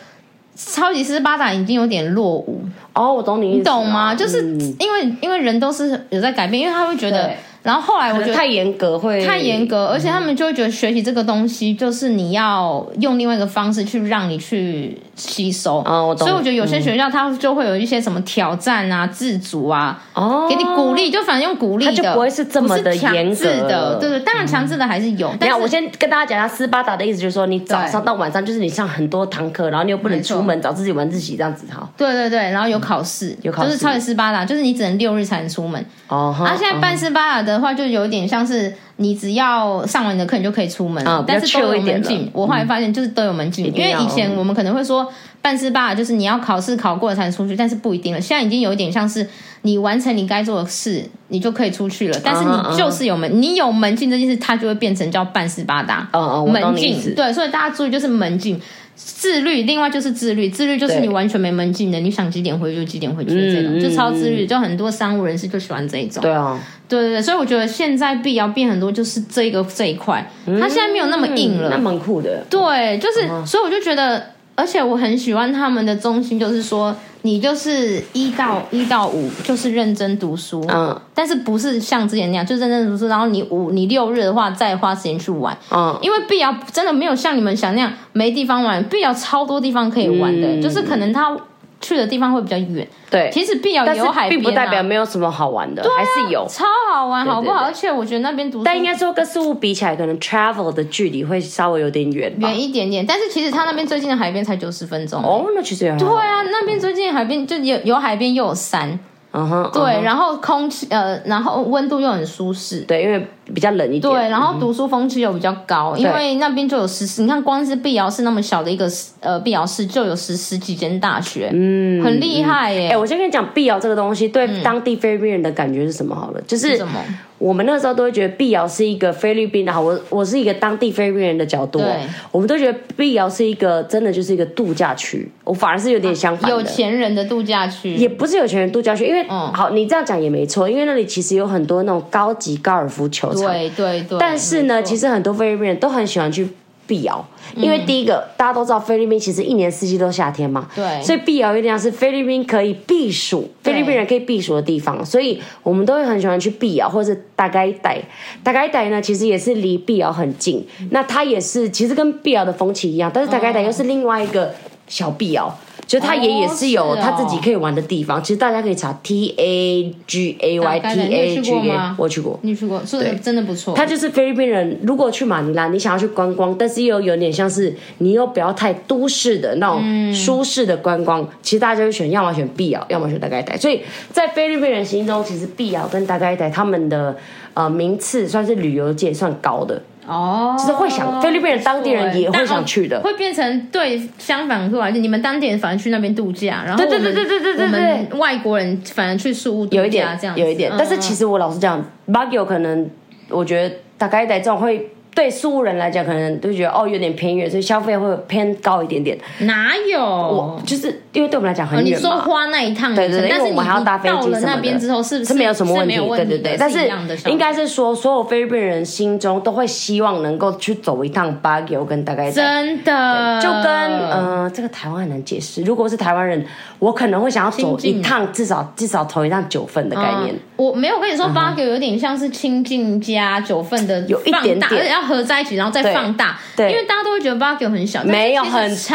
Speaker 3: 超级斯巴达已经有点落伍，
Speaker 1: 哦，我懂你意思、
Speaker 3: 你懂吗？就是因为因为人都是有在改变，因为他会觉
Speaker 1: 嗯
Speaker 3: 得
Speaker 1: 对，
Speaker 3: 然后后来我
Speaker 1: 可
Speaker 3: 觉
Speaker 1: 能
Speaker 3: 得
Speaker 1: 太嗯严格会
Speaker 3: 太严格，而且他们就会觉得学习这个东西，就是你要用另外一个方式去让你去吸收。
Speaker 1: 哦我懂
Speaker 3: 所以我觉得有些学校它就会有一些什么挑战啊、自主啊，
Speaker 1: 哦，
Speaker 3: 给你鼓励，就反正用鼓励的，
Speaker 1: 它就不会是这么的
Speaker 3: 不是强
Speaker 1: 严格嗯
Speaker 3: 制的。对对，当然强制的还是有，
Speaker 1: 等
Speaker 3: 但
Speaker 1: 一
Speaker 3: 是
Speaker 1: 下，我先跟大家讲一下斯巴达的意思，就是说你早上到晚上，就是你上很多堂课，然后你又不能
Speaker 3: 没错
Speaker 1: 出门，找自己晚自习这样子哈。
Speaker 3: 对对对，然后有考试，
Speaker 1: 嗯有考试
Speaker 3: 就是超级斯巴达，就是你只能六日才能出门。
Speaker 1: 哦，哈
Speaker 3: 然后啊现在
Speaker 1: 哦
Speaker 3: 半斯巴达的话，就有点像是你只要上完你的课，你就可以出门，
Speaker 1: 啊比较
Speaker 3: 但是都
Speaker 1: chill 一
Speaker 3: 有
Speaker 1: 点
Speaker 3: 门
Speaker 1: 了嗯
Speaker 3: 禁。我后来发现就是都有门禁，因
Speaker 1: 定
Speaker 3: 为
Speaker 1: 要
Speaker 3: 以前我们可能会说半斯巴达就是你要考试考过了才出去，但是不一定了。现在已经有一点像是你完成你该做的事，你就可以出去了，但是
Speaker 1: 啊哈
Speaker 3: 你就是有门，你有门禁这件事，它就会变成叫半斯巴达。
Speaker 1: 哦哦，我
Speaker 3: 门
Speaker 1: 懂你意思
Speaker 3: 禁，。对，所以大家注意就是门禁。自律，另外就是自律，自律就是
Speaker 1: 对
Speaker 3: 你完全没门禁的，你想几点回去就几点回去的这种，
Speaker 1: 嗯
Speaker 3: 就超自
Speaker 1: 嗯
Speaker 3: 律，就很多商务人士就喜欢这一种。
Speaker 1: 对啊，
Speaker 3: 对对对，所以我觉得现在必要变很多，就是这个这一块，它现在没有那么
Speaker 1: 嗯
Speaker 3: 硬
Speaker 1: 那嗯
Speaker 3: 了。
Speaker 1: 蛮酷的。
Speaker 3: 对，就是，所以我就觉得。而且我很喜欢他们的中心，就是说你就是一到一到五就是认真读书，
Speaker 1: 嗯
Speaker 3: 但是不是像之前那样就认真读书，然后你五你六日的话再花时间去玩，
Speaker 1: 嗯，
Speaker 3: 因为碧瑶真的没有像你们想那样没地方玩，碧瑶超多地方可以玩的，就是可能他去的地方会比较远，
Speaker 1: 嗯对，
Speaker 3: 其实碧瑶
Speaker 1: 但
Speaker 3: 也
Speaker 1: 是
Speaker 3: 有海边、
Speaker 1: 并
Speaker 3: 啊，
Speaker 1: 不代表没有什么好玩的，还是有。
Speaker 3: 超好玩，好不好？而且我觉得那边读书
Speaker 1: 但应该说跟事物比起来，可能 travel 的距离会稍微有点远吧。
Speaker 3: 远一点点，但是其实他那边最近的海边才九十分钟。
Speaker 1: 哦，那其实也很好
Speaker 3: 对啊，那边最近的海边就有有海边又有山，
Speaker 1: 嗯哼，
Speaker 3: 对
Speaker 1: 嗯哼
Speaker 3: 然后空气呃，然后温度又很舒适，
Speaker 1: 对，因为比较冷一点。嗯
Speaker 3: 对，然后读书风气又比较高，因
Speaker 1: 对
Speaker 3: 为那边就有十四，你看光是碧瑶市那么小的一个呃碧瑶市就有十十几间大学，嗯，很厉害耶、
Speaker 1: 哎、我先跟你讲碧瑶这个东西对当地菲律宾人的感觉是什么好了，就是
Speaker 3: 嗯是什么？
Speaker 1: 我们那时候都会觉得碧瑶是一个菲律宾的，好，我我是一个当地菲律宾人的角度哦
Speaker 3: 对，
Speaker 1: 我们都觉得碧瑶是一个真的就是一个度假区，我反而是有点相反的。
Speaker 3: 啊有钱人的度假区，
Speaker 1: 也不是有钱人度假区，因为、
Speaker 3: 嗯
Speaker 1: 好，你这样讲也没错，因为那里其实有很多那种高级高尔夫球场，
Speaker 3: 对对对。
Speaker 1: 但是呢，
Speaker 3: 没错
Speaker 1: 其实很多菲律宾人都很喜欢去碧瑶，因为第一个大家都知道菲律宾其实一年四季都夏天嘛，
Speaker 3: 嗯对
Speaker 1: 所以碧瑶有点像是菲律宾可以避暑，菲
Speaker 3: 对
Speaker 1: 律宾人可以避暑的地方，所以我们都会很喜欢去碧瑶或者大概带，大概带呢其实也是离碧瑶很近，
Speaker 3: 嗯
Speaker 1: 那它也是其实跟碧瑶的风情一样，但是大概带又是另外一个小碧瑶。就是它也
Speaker 3: 哦
Speaker 1: 也是有
Speaker 3: 是哦
Speaker 1: 它自己可以玩的地方，其实大家可以查 T A G A Y
Speaker 3: 大概
Speaker 1: T
Speaker 3: 带你有
Speaker 1: A
Speaker 3: 去
Speaker 1: G
Speaker 3: 过
Speaker 1: A，
Speaker 3: 吗
Speaker 1: 我去过，
Speaker 3: 你去过，说的真的不错。
Speaker 1: 它就是菲律宾人，如果去马尼拉，你想要去观光，但是又有点像是你又不要太都市的那种舒适的观光，
Speaker 3: 嗯
Speaker 1: 其实大家就选要么选碧瑶，要么选大概带。所以在菲律宾人心中，其实碧瑶跟大概带他们的呃名次算是旅游界算高的，
Speaker 3: 哦，
Speaker 1: 就是会想菲律宾人当地人也
Speaker 3: 不错欸
Speaker 1: 会想去的
Speaker 3: 但哦会变成对相反过来，就你们当地人反而去那边度假，然后
Speaker 1: 对对
Speaker 3: 我们
Speaker 1: 对对对对对
Speaker 3: 我们外国人反而去宿务度
Speaker 1: 有一
Speaker 3: 假
Speaker 1: 点
Speaker 3: 这样子，嗯
Speaker 1: 有一点。但是其
Speaker 3: 实
Speaker 1: 实我老实讲 b a g u 可能我觉得大概带这种会。对苏人来讲，可能都觉得哦有点偏远，所以消费会偏高一点点。
Speaker 3: 嗯哪有
Speaker 1: 我就是因为对我们来讲
Speaker 3: 哦，
Speaker 1: 很
Speaker 3: 你
Speaker 1: 远嘛。
Speaker 3: 说花那一趟
Speaker 1: 对
Speaker 3: 旅
Speaker 1: 对
Speaker 3: 程，
Speaker 1: 对，因为
Speaker 3: 但是
Speaker 1: 我
Speaker 3: 你
Speaker 1: 们还要搭飞机
Speaker 3: 到
Speaker 1: 什么
Speaker 3: 了
Speaker 1: 的
Speaker 3: 那边之后，是不
Speaker 1: 是没有什么
Speaker 3: 是
Speaker 1: 问
Speaker 3: 没
Speaker 1: 题
Speaker 3: 有？
Speaker 1: 对
Speaker 3: 问
Speaker 1: 对
Speaker 3: 题
Speaker 1: 对
Speaker 3: 的，
Speaker 1: 但
Speaker 3: 是一样的消费
Speaker 1: 应该是说，所有菲律宾人心中都会希望能够去走一趟巴尤跟大概。
Speaker 3: 真的
Speaker 1: 就跟呃，这个台湾很难解释。如果是台湾人，我可能会想要走
Speaker 3: 亲
Speaker 1: 一
Speaker 3: 近
Speaker 1: 趟，至少至少投一趟九份的概念。
Speaker 3: 嗯我没有我跟你说，八个有点像是亲近加九份的放大，
Speaker 1: 有一点点
Speaker 3: 而且要合在一起，然后再
Speaker 1: 对
Speaker 3: 放大。
Speaker 1: 对
Speaker 3: 因为大家都会觉得八个很小，但是
Speaker 1: 没有
Speaker 3: 其实
Speaker 1: 很
Speaker 3: 超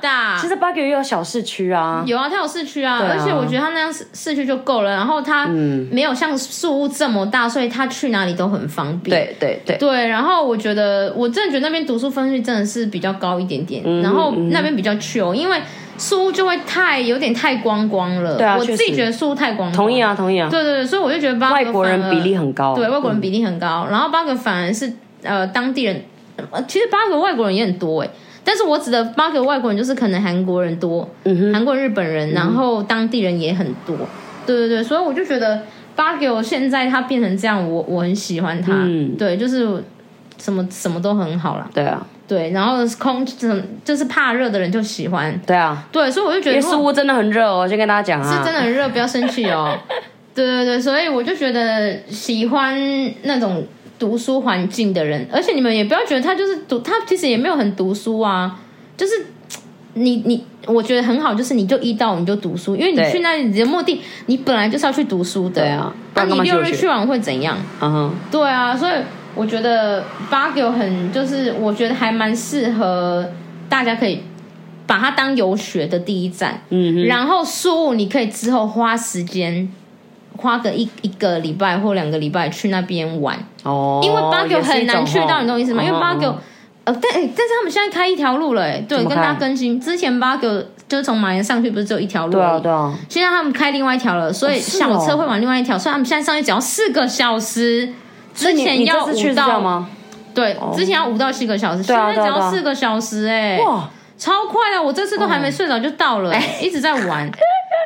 Speaker 3: 大。
Speaker 1: 其实巴尤也有小市区啊。
Speaker 3: 有啊，它有市区啊，
Speaker 1: 对啊嗯
Speaker 3: 而且我觉得它那样市市区就够了。然后它没有像树屋这么大，所以它去哪里都很方便。
Speaker 1: 对对对，
Speaker 3: 对，然后我觉得我真的觉得那边读书分率真的是比较高一点点，
Speaker 1: 嗯
Speaker 3: 然后那边比较 chill，、因为树屋就会太有点太光光了。
Speaker 1: 对啊
Speaker 3: 我自
Speaker 1: 确
Speaker 3: 己
Speaker 1: 实
Speaker 3: 觉得树屋太光光。
Speaker 1: 同意啊，同意啊。
Speaker 3: 对对对，所以我就觉得八
Speaker 1: 外国人比例很高
Speaker 3: 对，外国人比例很高。然后八个反而是呃当地人，呃其实八个外国人也很多哎、但是我指的八个外国人就是可能韩国人多，
Speaker 1: 嗯
Speaker 3: 韩国人、日本人，然后当地人也很多。对对对，所以我就觉得八个现在它变成这样，我我很喜欢它。
Speaker 1: 嗯
Speaker 3: 对，就是什么什么都很好啦。
Speaker 1: 对啊，
Speaker 3: 对，然后空就是怕热的人就喜欢。
Speaker 1: 对啊。
Speaker 3: 对，所以我就觉
Speaker 1: 因
Speaker 3: 得
Speaker 1: 为
Speaker 3: 如果
Speaker 1: 苏屋真的很热哦，先跟大家讲啊，
Speaker 3: 是真的很热，不要生气 哦。对对对，所以我就觉得喜欢那种读书环境的人，而且你们也不要觉得他就是读，他其实也没有很读书啊，就是你你，我觉得很好，就是你就一到五你就读书，因为
Speaker 1: 对
Speaker 3: 你去那里你的目的，你本来就是要去读书的。
Speaker 1: 对啊不
Speaker 3: 那、
Speaker 1: 然干
Speaker 3: 你
Speaker 1: 嘛
Speaker 3: 六
Speaker 1: 休
Speaker 3: 日
Speaker 1: 学
Speaker 3: 去完会怎样？
Speaker 1: 嗯哼，
Speaker 3: 对啊，所以我觉得八九很就是，我觉得还蛮适合大家可以把它当游学的第一站。嗯，然后宿务你可以之后花时间。花个一一个礼拜或两个礼拜去那边玩，
Speaker 1: 哦，
Speaker 3: 因为八九很难去到，你懂我意思吗？因为八
Speaker 1: 八
Speaker 3: 九，呃，但但是他们现在开一条路了、哎，对，
Speaker 1: 哦怎么
Speaker 3: 跟
Speaker 1: 开
Speaker 3: 大家更新。之前八九就是从马岩上去，不是只有一条路
Speaker 1: 对
Speaker 3: 而
Speaker 1: 啊
Speaker 3: 已，
Speaker 1: 对啊，
Speaker 3: 现在他们开另外一条了，所
Speaker 1: 哦
Speaker 3: 以
Speaker 1: 是
Speaker 3: 小
Speaker 1: 哦
Speaker 3: 车会往另外一条，所以他们现在上去只要四个小时。
Speaker 1: 所以
Speaker 3: 之
Speaker 1: 你
Speaker 3: 前
Speaker 1: 你这
Speaker 3: 要
Speaker 1: 次去
Speaker 3: 五
Speaker 1: 是这样
Speaker 3: 到
Speaker 1: 吗？
Speaker 3: 对，之前要五到七个小时，现
Speaker 1: 啊
Speaker 3: 在只
Speaker 1: 对啊对
Speaker 3: 要
Speaker 1: 啊
Speaker 3: 四个小时，哎，
Speaker 1: 哇，
Speaker 3: 超快啊的！我这次都
Speaker 1: 哦
Speaker 3: 还没睡着就到了，哎一直 在玩，超快。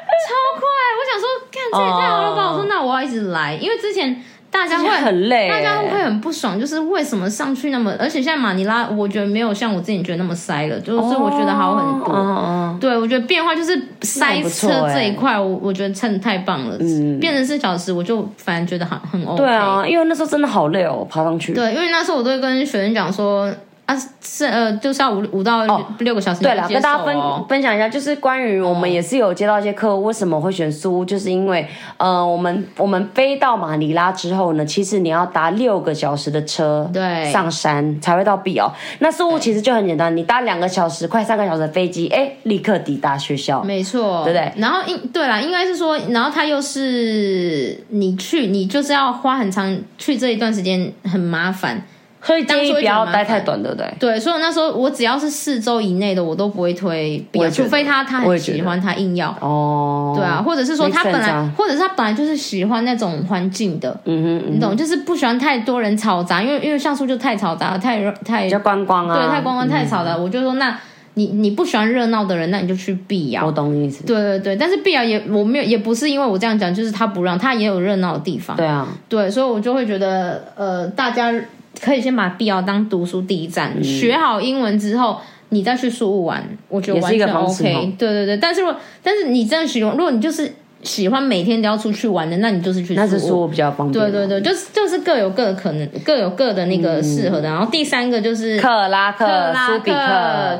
Speaker 3: 我想说，看这也太好了吧！
Speaker 1: 哦
Speaker 3: 我说那我要一直来，因为之前大家会
Speaker 1: 这很累
Speaker 3: 大家会很不爽，就是为什么上去那么，而且现在马尼拉我觉得没有像我之前觉得那么塞了，就是我觉得好很多。
Speaker 1: 嗯嗯。
Speaker 3: 对，我觉得变化就是塞车这一块，我我觉得真的太棒了。
Speaker 1: 嗯
Speaker 3: 变成四小时，我就反正觉得很很 OK。
Speaker 1: 啊对啊，因为那时候真的好累哦，爬上去。
Speaker 3: 对因为那时候我都会跟学生讲说，啊，是呃，就是要五五到
Speaker 1: 哦
Speaker 3: 六个小时、
Speaker 1: 对了，跟大家分
Speaker 3: 哦、
Speaker 1: 分享一下，就是关于我们也是有接到一些客户为什么会选苏屋，就是因为呃，我们我们飞到马尼拉之后呢，其实你要搭六个小时的车，
Speaker 3: 对
Speaker 1: 上山才会到碧瑶。那苏屋其实就很简单，你搭两个小时，快三个小时的飞机，哎，立刻抵达学校。
Speaker 3: 没错，
Speaker 1: 哦对不对
Speaker 3: 然后应对啦，应该是说，然后他又是你去，你就是要花很长去这一段时间，很麻烦。
Speaker 1: 所以建
Speaker 3: 当
Speaker 1: 议
Speaker 3: 初
Speaker 1: 不
Speaker 3: 会觉得
Speaker 1: 要
Speaker 3: 麻
Speaker 1: 待
Speaker 3: 烦
Speaker 1: 太短，对不对？
Speaker 3: 对，所以我那时候我只要是四周以内的，我都不会推
Speaker 1: 我
Speaker 3: 别
Speaker 1: 也
Speaker 3: 人，
Speaker 1: 觉得
Speaker 3: 除非他他
Speaker 1: 我也
Speaker 3: 很
Speaker 1: 觉得
Speaker 3: 喜欢，他硬要。
Speaker 1: 哦，
Speaker 3: 对啊，，或者是说
Speaker 1: Make
Speaker 3: 他本
Speaker 1: sense
Speaker 3: 来
Speaker 1: 啊，
Speaker 3: 或者是他本来就是喜欢那种环境的，
Speaker 1: 嗯哼，嗯
Speaker 3: 你懂，就是不喜欢太多人嘈杂，因为因为像素就太嘈杂了，太热太
Speaker 1: 比较嗯观光啊，
Speaker 3: 对，太光光太吵了。我就说，那你你不喜欢热闹的人，那你就去啊碧
Speaker 1: 我
Speaker 3: 瑶。
Speaker 1: 懂你意思。
Speaker 3: 对对对，但是碧瑶也我没有，也不是因为我这样讲，就是他不让，他也有热闹的地方。
Speaker 1: 对啊，
Speaker 3: 对，所以我就会觉得，呃，大家可以先把碧瑶当读书第一站，学好英文之后。你再去苏武玩，我觉得
Speaker 1: 也
Speaker 3: 完
Speaker 1: 是一个
Speaker 3: 全
Speaker 1: 方式
Speaker 3: OK。
Speaker 1: 哦
Speaker 3: 对对对，但是如果但是你真的喜欢，如果你就是喜欢每天都要出去玩的，那你就是去
Speaker 1: 那是
Speaker 3: 苏武
Speaker 1: 说我比较方便。啊
Speaker 3: 对对对，就是就是各有各的可能，各有各的那个适合的。然后第三个就是
Speaker 1: 克拉克、
Speaker 3: 拉
Speaker 1: 苏比克，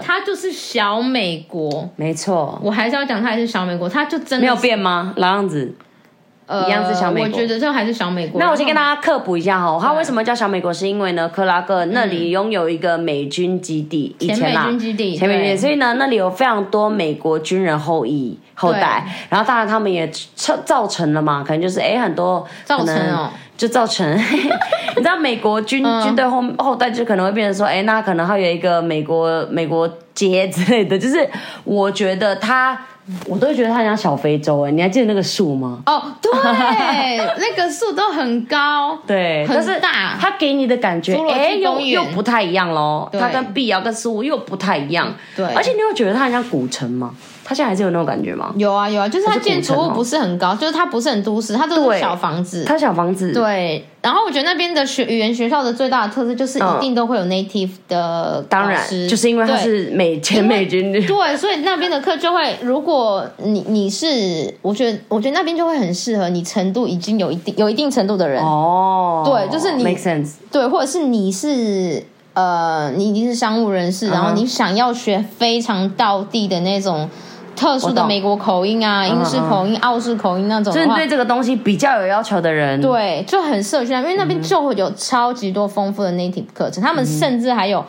Speaker 3: 它就是小美国。
Speaker 1: 没错，
Speaker 3: 我还是要讲，它还是小美国，它就真的
Speaker 1: 没有变吗？老样子。
Speaker 3: 呃
Speaker 1: 一样是小美国
Speaker 3: 我觉得这还是小美国。
Speaker 1: 那我先跟
Speaker 3: 然后
Speaker 1: 大家科普一下哈，它为什么叫小美国？是因为呢，克拉克那里拥有一个美军基地，以前啦，
Speaker 3: 嗯前美军基地
Speaker 1: 前美军，
Speaker 3: 对
Speaker 1: 所以呢，那里有非常多美国军人后裔后代，然后当然他们也造造成了嘛，可能就是哎很多
Speaker 3: 造成。
Speaker 1: 可能
Speaker 3: 哦嗯
Speaker 1: 就造成， 你知道美国军、军队后后代就可能会变成说，哎、那可能还有一个美国美国街之类的，就是我觉得他，我都会觉得他很像小非洲、哎，你还记得那个树吗？
Speaker 3: 哦， 对，那个树都很高，
Speaker 1: 对，
Speaker 3: 很
Speaker 1: 但是
Speaker 3: 大
Speaker 1: 它给你的感觉，
Speaker 3: 侏罗纪
Speaker 1: 哎，又
Speaker 3: 公园
Speaker 1: 又不太一样喽。
Speaker 3: 对
Speaker 1: 它跟碧瑶跟苏武又不太一样。
Speaker 3: 对
Speaker 1: 而且你有觉得它很像古城吗？它现在还是有那种感觉吗？
Speaker 3: 有啊有啊，就是它
Speaker 1: 它是古
Speaker 3: 建筑
Speaker 1: 城
Speaker 3: 物
Speaker 1: 哦
Speaker 3: 不是很高，就是它不是很都市，它都
Speaker 1: 对
Speaker 3: 是小房子。
Speaker 1: 它小房子，，
Speaker 3: 对，然后我觉得那边的学语言学校的最大的特色就是
Speaker 1: 嗯
Speaker 3: 一定都会有 native 的
Speaker 1: 当然
Speaker 3: 老师
Speaker 1: 就是因为它
Speaker 3: 对
Speaker 1: 是美前美军的，
Speaker 3: 对，所以那边的课就会，如果你你是，我觉得我觉得那边就会很适合你程度已经有一定有一定程度的人，
Speaker 1: 哦，
Speaker 3: 对就是你
Speaker 1: make sense，
Speaker 3: 对，或者是你是呃，你已经是商务人士，然后
Speaker 1: 嗯哼
Speaker 3: 你想要学非常道地的那种特殊
Speaker 1: 我
Speaker 3: 的
Speaker 1: 懂嗯
Speaker 3: 美国口音啊、英式口音、澳式口音那种
Speaker 1: 就
Speaker 3: 的
Speaker 1: 是
Speaker 3: 话
Speaker 1: 对。这个东西比较有要求的人，，
Speaker 3: 啊对，就很适合去那边，因为那边就会有超级多丰富的 native 课程，他们甚至还有，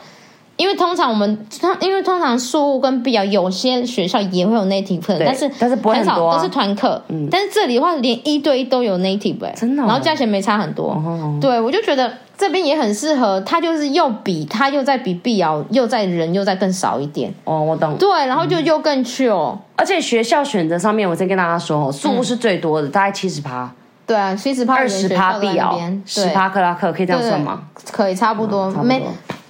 Speaker 3: 因为通常我们，通因为通常数物跟比较有些学校也会有 native 课程，
Speaker 1: 对
Speaker 3: 但是
Speaker 1: 但是不会
Speaker 3: 很
Speaker 1: 很
Speaker 3: 少
Speaker 1: 多啊
Speaker 3: 都是团课，但是这里的话连一对一都有 native 哎、
Speaker 1: 真的哦哦
Speaker 3: 然后价钱没差很多，对我就觉得这边也很适合，它就是又比它又在比碧瑶又在人又在更少一点，
Speaker 1: 哦，我懂。
Speaker 3: 对，然后就又更 chill，
Speaker 1: 而且学校选择上面，我再跟大家说
Speaker 3: 嗯
Speaker 1: 哦，苏武是最多的，大概七十趴，
Speaker 3: 对啊，其实怕
Speaker 1: 二十趴碧瑶，十趴克拉克，可以这样
Speaker 3: 对
Speaker 1: 算吗？？哦
Speaker 3: 可以，差不多，
Speaker 1: 差不多
Speaker 3: 没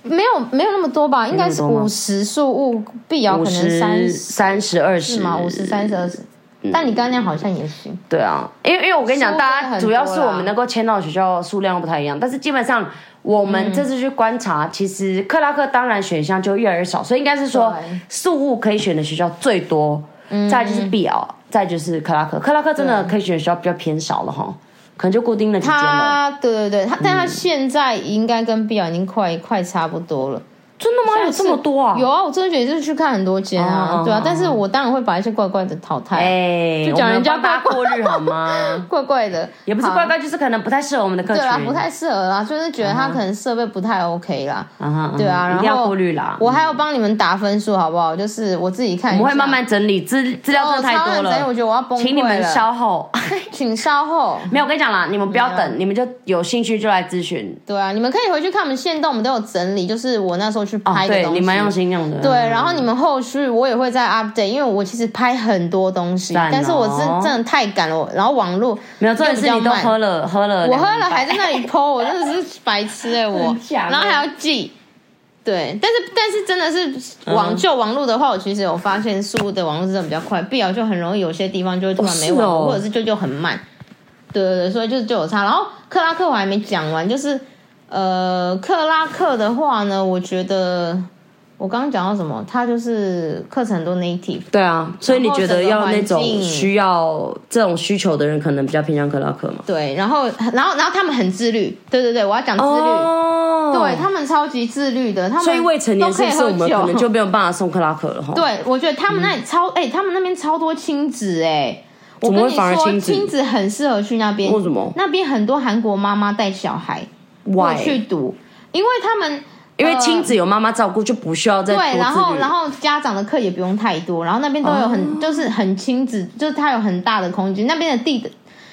Speaker 3: 没有没有那么多吧，应该是
Speaker 1: 那么多吗
Speaker 3: 五十数物，碧瑶
Speaker 1: 五
Speaker 3: 可能三
Speaker 1: 十、
Speaker 3: 十
Speaker 1: 三十、二十
Speaker 3: 嘛，五十、三十、二十。但你刚刚那样好像也行，
Speaker 1: 对啊，因为因为我跟你讲，
Speaker 3: 收获
Speaker 1: 大
Speaker 3: 真的
Speaker 1: 家
Speaker 3: 很
Speaker 1: 主要
Speaker 3: 多
Speaker 1: 是
Speaker 3: 啦
Speaker 1: 我们能够签到的学校数量不太一样，但是基本上我
Speaker 3: 嗯
Speaker 1: 们这次去观察，其实克拉克当然选项就越来越少，所以应该是说
Speaker 3: 对嗯
Speaker 1: 数物可以选的学校最多，再就是碧瑶，再就是克拉克，克拉克真的可以选的学校比较偏少了哈，可能就固定那几间了。
Speaker 3: 他对对对，他但他现在应该跟碧瑶已经快快差不多了。
Speaker 1: 真的吗？有这么多啊？
Speaker 3: 有啊，我真的觉得就是去看很多间
Speaker 1: 哦
Speaker 3: 啊
Speaker 1: 哦，
Speaker 3: 对啊
Speaker 1: 哦，
Speaker 3: 但是我当然会把一些怪怪的淘汰，
Speaker 1: 哎，
Speaker 3: 就讲
Speaker 1: 我们
Speaker 3: 人家
Speaker 1: 帮大家
Speaker 3: 怪
Speaker 1: 过日好吗？
Speaker 3: 怪怪的
Speaker 1: 也不是
Speaker 3: 好
Speaker 1: 怪怪，就是可能不太适合我们的客
Speaker 3: 对啦，
Speaker 1: 群，
Speaker 3: 不太适合啦，就是觉得他可能设备不太 OK 啦。
Speaker 1: 嗯哼，嗯哼
Speaker 3: 对啊，然
Speaker 1: 一
Speaker 3: 后
Speaker 1: 定要过滤啦。
Speaker 3: 我还要帮你们打分数好不好？就是我自己看一下，
Speaker 1: 我会慢慢整理资资料，真的太
Speaker 3: 哦
Speaker 1: 多
Speaker 3: 超难整理
Speaker 1: 了
Speaker 3: 我。觉得我要崩溃了
Speaker 1: 请你们稍后。
Speaker 3: 请稍后。
Speaker 1: 没有，我跟你讲啦，你们不要等，你们就有兴趣就来咨询。
Speaker 3: 对啊，你们可以回去看我们现动，我们都有整理，就是我那时候去
Speaker 1: 哦，
Speaker 3: 拍的
Speaker 1: 对，
Speaker 3: 东西。
Speaker 1: 你蛮用心用的。
Speaker 3: 对，然后你们后续我也会再 update，因为我其实拍很多东西，
Speaker 1: 赞哦
Speaker 3: 但是我是真的太赶了，我然后网络
Speaker 1: 没有，重点
Speaker 3: 又比
Speaker 1: 是
Speaker 3: 较
Speaker 1: 你都
Speaker 3: 慢
Speaker 1: 喝了，喝了
Speaker 3: 我
Speaker 1: 两个礼
Speaker 3: 喝
Speaker 1: 拜，
Speaker 3: 了还在那里 PO，我真的是白痴哎、我
Speaker 1: 很，强欸
Speaker 3: 然后还要记。对，但是但是真的是网就网络的话，我其实有发现速度的网络真的比较快，碧瑶就很容易有些地方就会突然没网
Speaker 1: 哦是
Speaker 3: 络，
Speaker 1: 哦
Speaker 3: 或者是就就很慢。对对对，所以就就有差。然后克拉克我还没讲完，就是呃克拉克的话呢，我觉得我刚刚讲到什么？他就是课程很多 native，
Speaker 1: 对啊，所以你觉得要那种
Speaker 3: 整个环境
Speaker 1: 需要这种需求的人，可能比较偏向克拉克嘛？
Speaker 3: 对，然后然后然后他们很自律，对对对，我要讲自律，
Speaker 1: 哦，
Speaker 3: 对他们超级自律的，他们
Speaker 1: 所以未成年是不是我们
Speaker 3: 都以喝
Speaker 1: 可
Speaker 3: 酒
Speaker 1: 能就没有办法送克拉克了哈？，
Speaker 3: 对，我觉得他们那里超哎、他们那边超多亲子哎、我
Speaker 1: 怎么
Speaker 3: 跟
Speaker 1: 会
Speaker 3: 你
Speaker 1: 反而
Speaker 3: 说，
Speaker 1: 亲子
Speaker 3: 亲子很适合去那边，
Speaker 1: 为什么
Speaker 3: 那边很多韩国妈妈带小孩过
Speaker 1: Why？
Speaker 3: 去读，因为他们
Speaker 1: 因为
Speaker 3: 呃
Speaker 1: 亲子有妈妈照顾，就不需要再多
Speaker 3: 对，然
Speaker 1: 自
Speaker 3: 后
Speaker 1: 律哦
Speaker 3: 然后家长的课也不用太多，然后那边都有很、就是很亲子，就是它有很大的空间，那边的地的。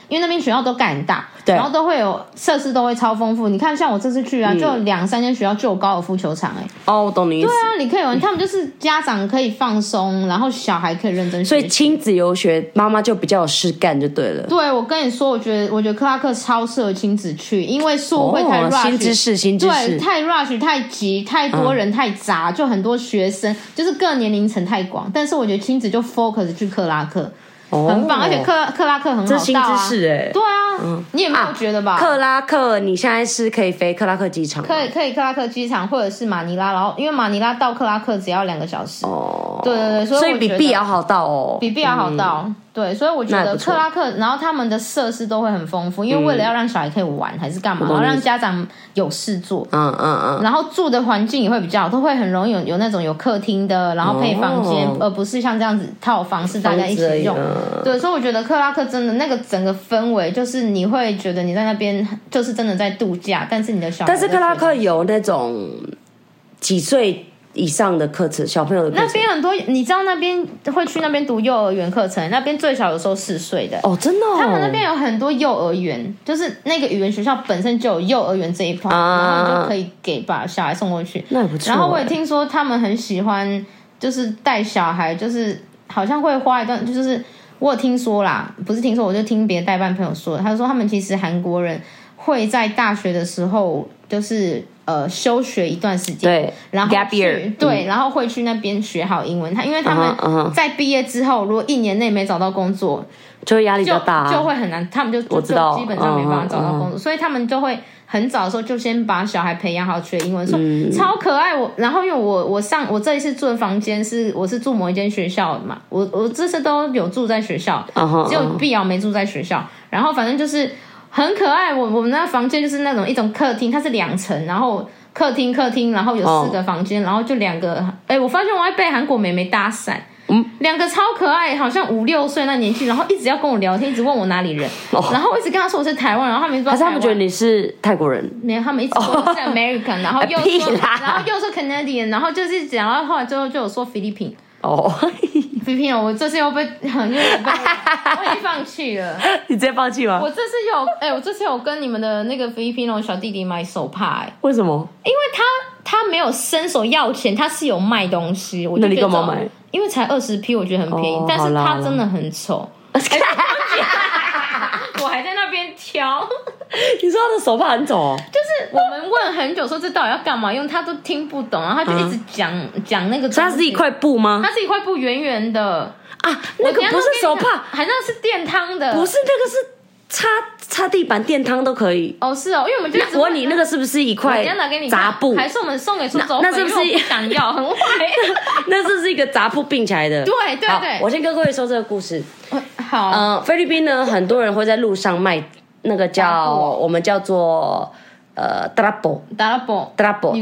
Speaker 3: 因为那边学校都盖很大，
Speaker 1: 对
Speaker 3: 然后都会有设施都会超丰富。你看，像我这次去
Speaker 1: 嗯
Speaker 3: 啊，就两三间学校就有高尔夫球场、欸，哎，
Speaker 1: 哦，我懂你意思
Speaker 3: 对。啊，你可以
Speaker 1: 嗯
Speaker 3: 玩，他们就是家长可以放松，然后小孩可以认真
Speaker 1: 所
Speaker 3: 学
Speaker 1: 以
Speaker 3: 习。
Speaker 1: 亲子游学，妈妈就比较有事干就对了。
Speaker 3: 对，我跟你说，我觉得我觉得克拉克超适合亲子去，因为速会太
Speaker 1: 哦
Speaker 3: rush，、
Speaker 1: 新知识，新知
Speaker 3: 对，
Speaker 1: 识。嗯
Speaker 3: 太 rush 太急，太多人太杂，就很多学生，就是各年龄层太广。但是我觉得亲子就 focus 去克拉克，
Speaker 1: 哦
Speaker 3: 很棒，而且克克拉克很好
Speaker 1: 这新
Speaker 3: 到
Speaker 1: 知
Speaker 3: 啊。
Speaker 1: 识哎、
Speaker 3: 对啊，你也没有觉得吧？
Speaker 1: 克拉克，你现在是可以飞克拉克机场吗
Speaker 3: 可以可以克拉克机场或者是马尼拉，然后因为马尼拉到克拉克只要两个小时。
Speaker 1: 哦，
Speaker 3: 对对对，所以
Speaker 1: 所
Speaker 3: 所
Speaker 1: 以比碧
Speaker 3: 必
Speaker 1: 瑶好到哦，
Speaker 3: 比必要好到、对，所以我觉
Speaker 1: 那也
Speaker 3: 得
Speaker 1: 不错嗯
Speaker 3: 克拉克，然后他们的设施都会很丰富，因为为了要让小孩可以玩还是干嘛，然后让家长有事做，
Speaker 1: 嗯嗯嗯，
Speaker 3: 然后住的环境也会比较好，都会很容易有有那种有客厅的，然后配房间，
Speaker 1: 哦
Speaker 3: 而不是像这样子套房是大家一起用。
Speaker 1: 啊
Speaker 3: 对，所以我觉得克拉克真的那个整个氛围，就是你会觉得你在那边就是真的在度假，但是你的小孩
Speaker 1: 但是克拉
Speaker 3: 会
Speaker 1: 克有那种几岁以上的课程，小朋友的
Speaker 3: 觉得
Speaker 1: 课
Speaker 3: 那
Speaker 1: 程。
Speaker 3: 边很多，你知道那边会去那边读幼儿园课程，那边最小有时候四岁的，
Speaker 1: 哦，真的、哦，
Speaker 3: 他们那边有很多幼儿园，就是那个语言学校本身就有幼儿园这一块，
Speaker 1: 啊
Speaker 3: 然后你就可以给把小孩送过去。
Speaker 1: 那也不错。欸
Speaker 3: 然后我也听说他们很喜欢，就是带小孩，就是好像会花一段，就是我有听说啦，不是听说，我就听别的代办朋友说，他说他们其实韩国人会在大学的时候，就是呃休学一段时间，
Speaker 1: 对，
Speaker 3: 然后
Speaker 1: gap
Speaker 3: 去
Speaker 1: year，
Speaker 3: 对，然后会去那边学好英文。他因为他
Speaker 1: 嗯哼嗯
Speaker 3: 们
Speaker 1: 哼
Speaker 3: 在毕业之后，如果一年内没找到工作，
Speaker 1: 就会压力比较大、啊
Speaker 3: 就会很难，他们就就
Speaker 1: 我知道
Speaker 3: 就基本上没办法
Speaker 1: 嗯
Speaker 3: 找到工作，所以他们就会很早的时候就先把小孩培养好学英文，说、
Speaker 1: 嗯
Speaker 3: 超可爱。我然后因为我我上我这一次住的房间是我是住某一间学校嘛，我我这次都有住在学校，
Speaker 1: 嗯哼
Speaker 3: 只有碧瑶没住在学校。然后反正就是很可爱，我我们那房间就是那种一种客厅，它是两层，然后。客厅，客厅，然后有四个房间，然后就两个。哎，我发现我还被韩国妹妹搭讪，
Speaker 1: 嗯
Speaker 3: 两个超可爱，好像五六岁那年纪，然后一直要跟我聊天，一直问我哪里人，然后我一直跟他说我是台湾，然后他们说
Speaker 1: 哦还是他们觉得
Speaker 3: 你
Speaker 1: 你是泰国人？
Speaker 3: 没有，他们一直说 我是 American，然后又
Speaker 1: 哎屁
Speaker 3: 说
Speaker 1: 啦
Speaker 3: 然后又说 Canadian，然后就是讲，然后后来最后就有说菲律宾，
Speaker 1: 哦，
Speaker 3: 菲律宾哦，我这次又被很又被我已经放弃了，
Speaker 1: 你直接放弃吗
Speaker 3: 我？这次有哎、我这次有跟你们的那个菲律宾哦小弟弟买手帕、哎
Speaker 1: 为什么？
Speaker 3: 因为他他没有伸手要钱，他是有卖东西，我就
Speaker 1: 那你
Speaker 3: 觉得
Speaker 1: 干嘛买？
Speaker 3: 因为才二十 P，我觉得很便宜，
Speaker 1: 哦
Speaker 3: 但
Speaker 1: 好
Speaker 3: 是
Speaker 1: 啦好
Speaker 3: 他
Speaker 1: 啦
Speaker 3: 真的很丑。 我还在那边挑， 就
Speaker 1: 你说他的手帕很丑哦，
Speaker 3: 是我们问很久说这到底要干嘛用，他都听不懂，然后他就一直讲讲、那个东西。
Speaker 1: 嗯所以它是一块布吗？
Speaker 3: 它是一块布圆圆的，
Speaker 1: 啊，那个
Speaker 3: 我等一下
Speaker 1: 不是手
Speaker 3: 都给你看呃
Speaker 1: 帕，
Speaker 3: 还那是电汤的，
Speaker 1: 不是那个是擦擦地板、垫汤都可以。
Speaker 3: 哦是哦，因为我们就一直
Speaker 1: 那我问你，那
Speaker 3: 个
Speaker 1: 个是不是一块
Speaker 3: 等一下拿给你看
Speaker 1: 杂布？
Speaker 3: 还是我们送给出走
Speaker 1: 那那是不是
Speaker 3: 因为我想要很坏？
Speaker 1: 那这是一个杂布并起来的。
Speaker 3: 对对
Speaker 1: 好
Speaker 3: 对
Speaker 1: 我先跟各位说这个故事。
Speaker 3: 好，
Speaker 1: 呃，菲律宾呢，很多人会在路上卖那个
Speaker 3: 杂
Speaker 1: 叫
Speaker 3: 布哦
Speaker 1: 我们叫做呃 drapo。
Speaker 3: 打了啵
Speaker 1: Drapo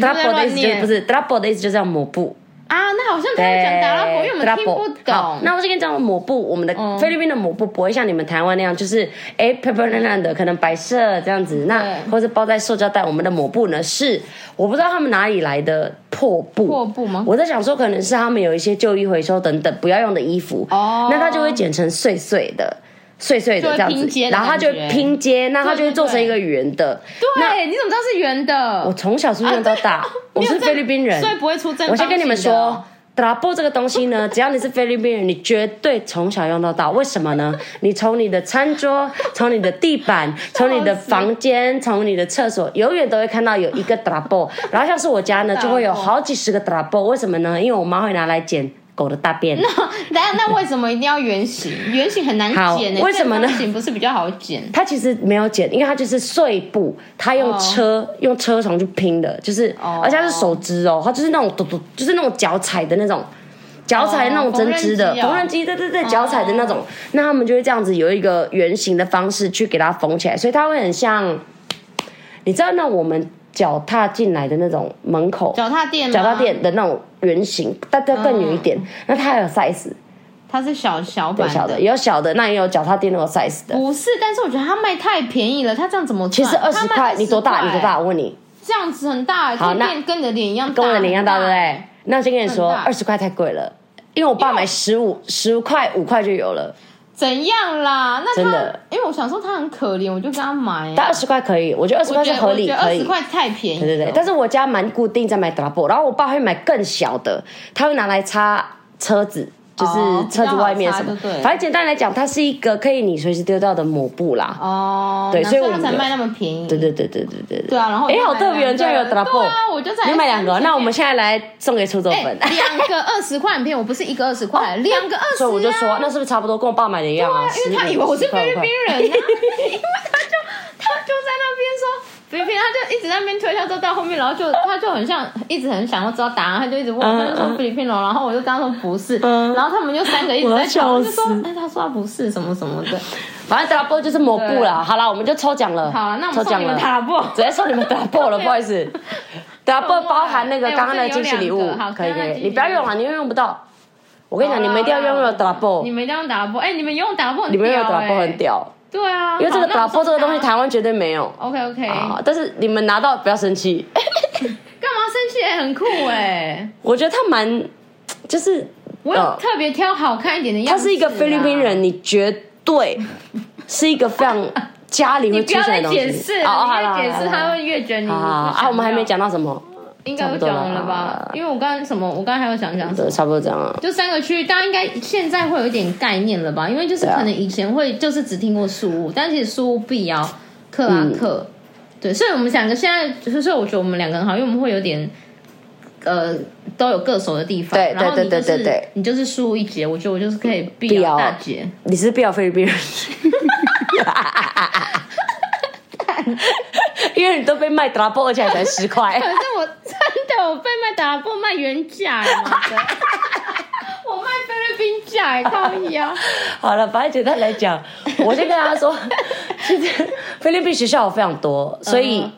Speaker 3: 你是不是
Speaker 1: Drapo 的意思就不是 Drapo 的
Speaker 3: 乱念
Speaker 1: 意思就叫抹布，
Speaker 3: 啊，那好像不
Speaker 1: 对
Speaker 3: 要讲打拉伯，因为我们听
Speaker 1: Drapo
Speaker 3: 不
Speaker 1: 好
Speaker 3: 懂。
Speaker 1: 那我就跟你讲抹布，我们的
Speaker 3: 嗯
Speaker 1: 菲律宾的抹布不会像你们台湾那样，就是哎 p e p e r 烂烂的，可能白色这样子，那
Speaker 3: 对
Speaker 1: 或是包在塑胶袋。我们的抹布呢是我不知道他们哪里来的破布，
Speaker 3: 破布吗
Speaker 1: 我在想说可能是他们有一些旧衣回收等等不要用的衣服，
Speaker 3: 哦
Speaker 1: 那它就会剪成碎碎的。碎碎的
Speaker 3: 就会
Speaker 1: 这样
Speaker 3: 拼
Speaker 1: 子
Speaker 3: 接，的
Speaker 1: 然后它就会
Speaker 3: 感觉
Speaker 1: 拼接，那它就会做成一个圆的。
Speaker 3: 对，你怎么知道是圆
Speaker 1: 我
Speaker 3: 的？
Speaker 1: 从小出生到大，我
Speaker 3: 啊没有
Speaker 1: 是
Speaker 3: 正
Speaker 1: 菲律宾人，
Speaker 3: 所以不会出正。
Speaker 1: 我先跟你们说，，drapo 这个东西呢， 只要你是菲律宾人，你绝对从小用到大。为什么呢？你从你的餐桌， 从你的地板，从你的房间，从你的厕所，永远都会看到有一个 drapo。然后像是我家呢，就会有好几十个 drapo。为什么呢？因为我妈会拿来剪。狗的大便。
Speaker 3: 那那为什么一定要圆形？圆形很难
Speaker 1: 好
Speaker 3: 剪、欸，
Speaker 1: 为什么呢
Speaker 3: 正方形不是比较好剪？
Speaker 1: 它其实没有剪，因为它就是碎布，它用车、用车床去拼的，就是、
Speaker 3: 哦
Speaker 1: 而且它是手织哦，它就是那种嘟嘟，就是那种脚踩的那种。脚踩的那种针织的
Speaker 3: 缝纫机哦
Speaker 1: 缝纫机，对对对，脚踩的那种，那他们就会这样子有一个圆形的方式去给它缝起来，所以它会很像，你知道那我们脚踏进来的那种门口，
Speaker 3: 脚踏垫，
Speaker 1: 脚踏，垫的那种圆形，但它更圆一
Speaker 3: 嗯
Speaker 1: 点，那它还有 size，
Speaker 3: 它是小小
Speaker 1: 对，
Speaker 3: 版
Speaker 1: 小的也有小的，那也有脚踏垫那种 size 的。
Speaker 3: 不是，但是我觉得它卖太便宜了，它这样怎么赚？
Speaker 1: 其实二十
Speaker 3: 它卖
Speaker 1: 块，你多大？
Speaker 3: 20
Speaker 1: 你多大？我问你，
Speaker 3: 这样子很大、欸，
Speaker 1: 好
Speaker 3: 这
Speaker 1: 那
Speaker 3: 店跟你的脸一样大，
Speaker 1: 跟我的脸一样大，对不对？那我先跟你说，
Speaker 3: 很大
Speaker 1: 二十块太贵了，因为我爸买十五十五块五块就有了，
Speaker 3: 怎样啦？那
Speaker 1: 真
Speaker 3: 他
Speaker 1: 的，
Speaker 3: 因为我想说他很可怜，我就跟他买、
Speaker 1: 但
Speaker 3: 啊。
Speaker 1: 二十块可以，我觉得二十
Speaker 3: 我
Speaker 1: 块
Speaker 3: 觉
Speaker 1: 是
Speaker 3: 得
Speaker 1: 合理
Speaker 3: 我觉得
Speaker 1: 可
Speaker 3: 二
Speaker 1: 以
Speaker 3: 十。块嗯太便宜了。
Speaker 1: 对对对，但是我家蛮固定在买 double，然后我爸会买更小的，他会拿来擦车子，就是
Speaker 3: 哦
Speaker 1: 车子外面什么
Speaker 3: 比较好擦就对。了
Speaker 1: 反正简单来讲，它是一个可以你随时丢掉的抹布啦。
Speaker 3: 哦，
Speaker 1: 对
Speaker 3: 那
Speaker 1: 所以我
Speaker 3: 他
Speaker 1: 们
Speaker 3: 才
Speaker 1: 就
Speaker 3: 卖那么便宜。
Speaker 1: 对对对对对对对。
Speaker 3: 对啊，然后我
Speaker 1: 哎
Speaker 3: 就，买
Speaker 1: 好特别，
Speaker 3: 两个
Speaker 1: 就有 double。
Speaker 3: 对啊，我就在
Speaker 1: 你买两个，那我们现在来送给出走
Speaker 3: 哎
Speaker 1: 粉。
Speaker 3: 两个二十块很便宜，我不是一个二十块，两个二十，
Speaker 1: 哦所以我就说，那是不是差不多跟我爸买的一样啊？
Speaker 3: 啊因为他
Speaker 1: 15
Speaker 3: 以为我是
Speaker 1: 15块
Speaker 3: 菲律
Speaker 1: 五
Speaker 3: 宾
Speaker 1: 块
Speaker 3: 人、啊，因为他就他就在那边说菲律宾，他就一直在那边推销，就到后面，然后就
Speaker 1: 嗯
Speaker 3: 他就很像一直很想要知道答案，他就一直问我，他就说菲律宾人，然后我就跟他说不是，
Speaker 1: 嗯
Speaker 3: 然后他们就三个一直在
Speaker 1: 我
Speaker 3: 吵，
Speaker 1: 要
Speaker 3: 就
Speaker 1: 笑
Speaker 3: 说
Speaker 1: 死
Speaker 3: 哎，他说他不是什么什么的，
Speaker 1: 反正 double 就是抹布啦。好啦，我们就抽奖了。
Speaker 3: 好啊了，那我
Speaker 1: 抽
Speaker 3: 们送
Speaker 1: 奖
Speaker 3: 你
Speaker 1: 了
Speaker 3: 们，塔布。
Speaker 1: 直接送你们 double 了，不好意 思。double 包含那个刚刚的惊喜礼
Speaker 3: 哎
Speaker 1: 物
Speaker 3: 我这里有两个好，
Speaker 1: 可以
Speaker 3: 刚
Speaker 1: 可
Speaker 3: 刚
Speaker 1: 以，
Speaker 3: 的惊喜
Speaker 1: 你不要用啊了，你又用不到。我跟你讲，
Speaker 3: 啊
Speaker 1: 你们一定要拥有
Speaker 3: 你
Speaker 1: double，
Speaker 3: 们一定要用打波，哎、你们用打波、欸，
Speaker 1: 哦你们拥有 double 很，屌，
Speaker 3: 对啊，
Speaker 1: 因为这个
Speaker 3: 好那我
Speaker 1: double 这个东西
Speaker 3: 送大家
Speaker 1: 台湾绝对没有。
Speaker 3: ，OK OK，
Speaker 1: 啊！但是你们拿到不要生气，
Speaker 3: 干嘛生气、哎很酷哎、
Speaker 1: 我觉得他蛮，就是
Speaker 3: 我有
Speaker 1: 呃
Speaker 3: 特别挑好看一点的样子、啊
Speaker 1: 他是一个菲律宾。人，你绝对是一个非常家里
Speaker 3: 你
Speaker 1: 会
Speaker 3: 不
Speaker 1: 出
Speaker 3: 要
Speaker 1: 现
Speaker 3: 再
Speaker 1: 的东西。
Speaker 3: 解释，
Speaker 1: 哦哦好
Speaker 3: 你
Speaker 1: 了
Speaker 3: 越解释
Speaker 1: 好
Speaker 3: 他
Speaker 1: 了
Speaker 3: 会越觉得你
Speaker 1: 好了好了啊，我们还没，讲到什么，
Speaker 3: 你不想要应该都讲了吧？因为我刚刚什么，我刚刚还有想讲什
Speaker 1: 对，
Speaker 3: 么。
Speaker 1: 差不多这样啊。
Speaker 3: 就三个区域，大家应该现在会有一点概念了吧？因为就是
Speaker 1: 对啊
Speaker 3: 可能以前会就是只听过苏屋，但其实苏屋碧瑶、克拉
Speaker 1: 嗯
Speaker 3: 克，啊对，所以我们两个现在，就是所以我觉得我们两个很好，因为我们会有点呃都有各手的地方。
Speaker 1: 对
Speaker 3: 然后
Speaker 1: 对
Speaker 3: 你
Speaker 1: 对
Speaker 3: 就
Speaker 1: 对对
Speaker 3: 是
Speaker 1: 对
Speaker 3: 你就是输一节，我觉得我就是可以碧
Speaker 1: 碧瑶
Speaker 3: 瑶大姐。
Speaker 1: 你是不要菲律宾人，因为你都被卖 double，而且还才十块
Speaker 3: 可。是我真的我被卖打破卖原价，妈的我卖菲律宾价，靠腰。
Speaker 1: 好了，反正简单来讲，我先跟大家说，现在菲律宾学校有非常多，所以
Speaker 3: 嗯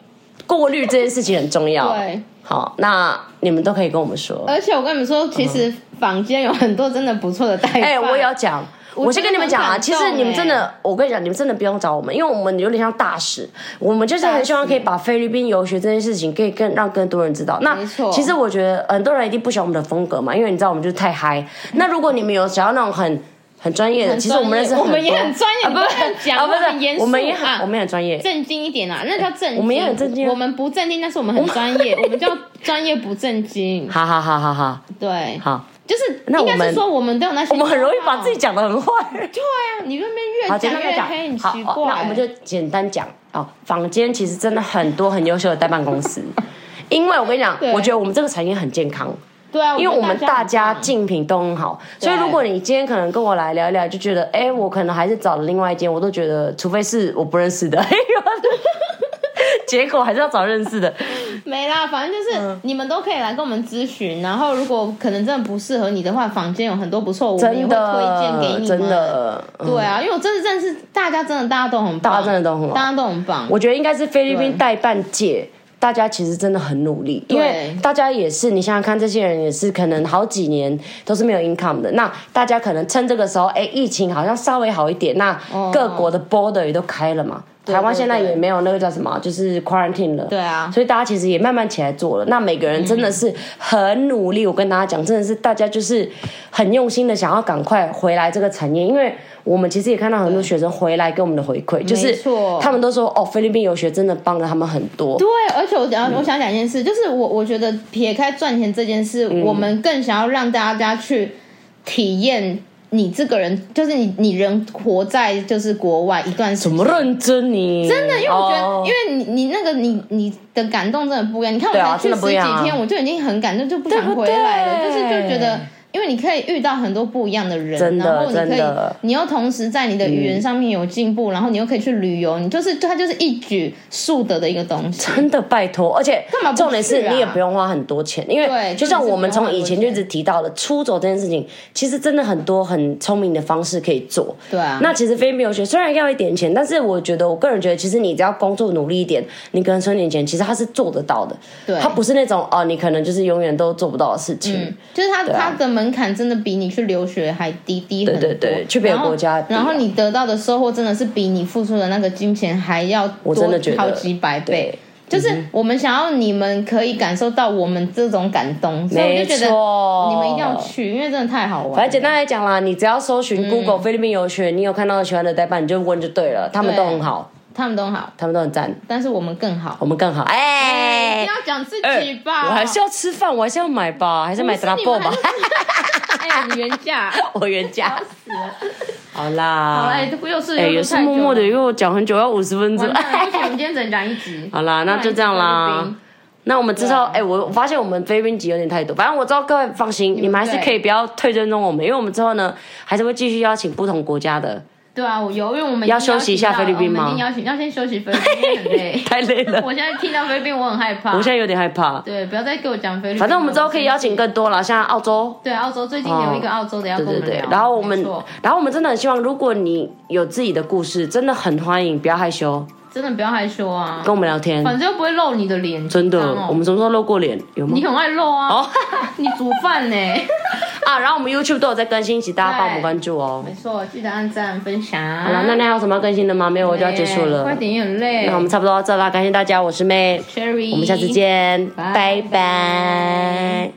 Speaker 1: 过滤这件事情很重要。
Speaker 3: 对，
Speaker 1: 好，那你们都可以跟我们说。
Speaker 3: 而且我跟你们说，其实坊间有很多真的不错的代办。
Speaker 1: 哎、我也要讲。我先跟你们讲啊，
Speaker 3: 我
Speaker 1: 其
Speaker 3: 觉得很
Speaker 1: 实
Speaker 3: 感
Speaker 1: 你
Speaker 3: 动哎
Speaker 1: 们真的，我跟你讲，你们真的不用找我们，因为我们有点像大使，我们就是很希望可以把菲律宾游学这件事情可以更让更多人知道。那
Speaker 3: 没错
Speaker 1: 其实我觉得很多人一定不喜欢我们的风格嘛，因为你知道我们就是太嗨。那如果你们有想要那种很很专业的，
Speaker 3: 嗯很专
Speaker 1: 其
Speaker 3: 业
Speaker 1: 实我们认识很多
Speaker 3: 我们也很专业
Speaker 1: 啊、
Speaker 3: 你
Speaker 1: 不
Speaker 3: 不
Speaker 1: 是
Speaker 3: 能
Speaker 1: 啊，
Speaker 3: 讲
Speaker 1: 不
Speaker 3: 我们很严
Speaker 1: 是，
Speaker 3: 肃
Speaker 1: 我们也很
Speaker 3: 啊
Speaker 1: 我们也很专业。
Speaker 3: 正经一点啦，啊那叫正经。
Speaker 1: 哎我们也很正经啊
Speaker 3: 我们不正经，但是我们很专业，我们叫专业不正经。
Speaker 1: 好好好好好
Speaker 3: 对，
Speaker 1: 好，
Speaker 3: 就是
Speaker 1: 那
Speaker 3: 应
Speaker 1: 我们
Speaker 3: 该是说我们都有那些。
Speaker 1: 我们很容易把自己。讲的很坏。
Speaker 3: 对啊，你那
Speaker 1: 好，
Speaker 3: 边
Speaker 1: 简单来
Speaker 3: 越讲越
Speaker 1: 讲
Speaker 3: 黑，很，
Speaker 1: 好
Speaker 3: 奇，
Speaker 1: 哦
Speaker 3: 怪。
Speaker 1: 那我们就简单讲哦。坊间其实真的很多很优秀的代办公司，因为我跟你讲，
Speaker 3: 对
Speaker 1: 我觉得我们这个产业很健康，
Speaker 3: 对啊，
Speaker 1: 因为我们大家
Speaker 3: 进。
Speaker 1: 竞品都很好，所以
Speaker 3: 对
Speaker 1: 如果你今天可能跟我来聊一聊，就觉得哎，我可能还是找了另外一间，我都觉得，除非是我不认识的，结果还是要找认识的。
Speaker 3: 没啦，反正
Speaker 1: 嗯
Speaker 3: 就是你们都可以来跟我们咨询，然后如果可能真的不适合你的话，房间有很多不错，我们也
Speaker 1: 真
Speaker 3: 会推
Speaker 1: 的
Speaker 3: 荐给，你们。
Speaker 1: 真，的，嗯
Speaker 3: 对啊，因为我真的认识大家，真的大家都很棒，
Speaker 1: 大家真的都很好
Speaker 3: 大家都很棒。
Speaker 1: 我觉得应该是菲律宾
Speaker 3: 对
Speaker 1: 代办界。大家其实真的很努力，因为
Speaker 3: 对
Speaker 1: 大家也是，你想想看，这些人也是可能好几年都是没有 income 的。那大家可能趁这个时候，哎，疫情好像稍微好一点，那
Speaker 3: 哦
Speaker 1: 各国的 border 也都开了嘛。台湾
Speaker 3: 对
Speaker 1: 现在
Speaker 3: 对
Speaker 1: 也没有那个叫什么，就是 quarantine 了。
Speaker 3: 对啊
Speaker 1: 所以大家其实也慢慢起来做了。那每个人真的是很努力，我跟大家讲，真的是大家就是很用心的想要赶快回来这个产业，因为我们其实也看到很多学生回来给我们的回馈，就是
Speaker 3: 错
Speaker 1: 他们都说哦，菲律宾游学真的帮了他们很多。
Speaker 3: 对，而且我
Speaker 1: 嗯
Speaker 3: 想我想讲一件事，就是我我觉得撇开赚钱这件事，
Speaker 1: 嗯
Speaker 3: 我们更想要让大家去体验你这个人，就是你你人活在就是国外一段时间
Speaker 1: 怎么认真你？
Speaker 3: 真的，因为我觉得，
Speaker 1: 哦
Speaker 3: 因为你你那个你你的感动真的不一样。你看我
Speaker 1: 对啊
Speaker 3: 才去
Speaker 1: 真的
Speaker 3: 十
Speaker 1: 不一
Speaker 3: 几
Speaker 1: 样啊
Speaker 3: 天，我就已经很感动，就不想回来了，
Speaker 1: 对不
Speaker 3: 就
Speaker 1: 对
Speaker 3: 是就觉得。因为你可以遇到很多不一样的人，
Speaker 1: 真的
Speaker 3: 然后你可
Speaker 1: 真
Speaker 3: 以
Speaker 1: 的，
Speaker 3: 你又同时在你的语言上面有进步，然后你又可以去旅游，你就是它就是一举数得的一个 东西。
Speaker 1: 真的拜托，而且
Speaker 3: 干嘛不去啊
Speaker 1: 重点是你也不用花很多钱，因为
Speaker 3: 对
Speaker 1: 就像我们从以前就
Speaker 3: 真的
Speaker 1: 一
Speaker 3: 是
Speaker 1: 直提到的，出走这件事情，其实真的很多很聪明的方式可以做。
Speaker 3: 对啊，
Speaker 1: 那其实非留学虽然要一点钱，但是我觉得我个人觉得，其实你只要工作努力一点，你可能存点钱，其实他是做得到的。
Speaker 3: 对
Speaker 1: 他不是那种哦、你可能就是永远都做不到的事情。
Speaker 3: 嗯，就是它、它的门槛真的比你去留学还低低很多。
Speaker 1: 对对对去别的国家比啊
Speaker 3: 然后，然后你得到的收获真的是比你付出的那个金钱还要多
Speaker 1: 我真的觉得
Speaker 3: 好几百倍
Speaker 1: 对。嗯
Speaker 3: 就是我们想要你们可以感受到我们这种感动，所以我
Speaker 1: 没
Speaker 3: 就觉得
Speaker 1: 错，
Speaker 3: 你们一定要去，因为真的太好玩
Speaker 1: 反
Speaker 3: 了
Speaker 1: 正。简单来讲啦，你只要搜
Speaker 3: 嗯
Speaker 1: 寻 Google 菲律宾游学，你有看到喜欢的代办，你就问就对了，他们
Speaker 3: 对
Speaker 1: 都很好，
Speaker 3: 他们都好，
Speaker 1: 他们都很赞，
Speaker 3: 但是我们更好。
Speaker 1: 我们更好。哎、
Speaker 3: 不要讲自
Speaker 1: 哎
Speaker 3: 己吧，
Speaker 1: 我还是要吃饭，我还是要买吧，还是买 d r a b o 吧
Speaker 3: 不是。你们还是 哎呀，你原价。
Speaker 1: 我原价。好啦，
Speaker 3: 好了，哎又是
Speaker 1: 哎，也
Speaker 3: 又
Speaker 1: 是默默的，因为我讲很久，要五十分钟
Speaker 3: 完。蛋了不行，我们今天只能讲一集。
Speaker 1: 好啦，那就这样
Speaker 3: 不然一直
Speaker 1: 啦
Speaker 3: 菲律宾。啊
Speaker 1: 那我们知道，哎、我我发现我们菲律宾集有点太多，反正我知道各位放心，你们还是
Speaker 3: 对
Speaker 1: 可以不要退追踪我们，因为我们之后呢还是会继续邀请不同国家的，
Speaker 3: 对啊，我有，因为我们
Speaker 1: 要
Speaker 3: 已经
Speaker 1: 休息一下
Speaker 3: 邀请
Speaker 1: 菲律
Speaker 3: 到
Speaker 1: 宾吗
Speaker 3: 我们已经邀请，要先休息菲律宾，因为很累
Speaker 1: 。太累了，
Speaker 3: 我现在听到菲律宾，我很害怕
Speaker 1: 我。现在有点害怕。
Speaker 3: 对，不要再给我讲菲律宾。
Speaker 1: 反正我们之后可以邀请更多啦，像澳洲，
Speaker 3: 对澳洲最近有一个澳洲的要
Speaker 1: 对
Speaker 3: 跟我
Speaker 1: 哦对
Speaker 3: 们
Speaker 1: 对
Speaker 3: 聊，，
Speaker 1: 然后我们
Speaker 3: 没错，
Speaker 1: 然后我们真的很希望，如果你有自己的故事，真的很欢迎，不要害羞，
Speaker 3: 真的不要害羞啊，
Speaker 1: 跟我们聊天，
Speaker 3: 反正又不会露你的脸，
Speaker 1: 真的
Speaker 3: 紧张，哦
Speaker 1: 我们什么时候露过脸？有吗
Speaker 3: 你？很爱露啊，
Speaker 1: 哦
Speaker 3: 你煮饭呢？
Speaker 1: 啊，然后我们 YouTube 都有在更新，请大家帮我们关注哦。
Speaker 3: 没错，记得按赞分享。
Speaker 1: 好了，那你还有什么要更新的吗？没有，我就要结束
Speaker 3: 哎
Speaker 1: 了
Speaker 3: 啊快。点，也很累。
Speaker 1: 那我们差不多到这啦，感谢大家，我是妹，
Speaker 3: Cherry，
Speaker 1: 我们下次见，拜
Speaker 3: 拜
Speaker 1: 拜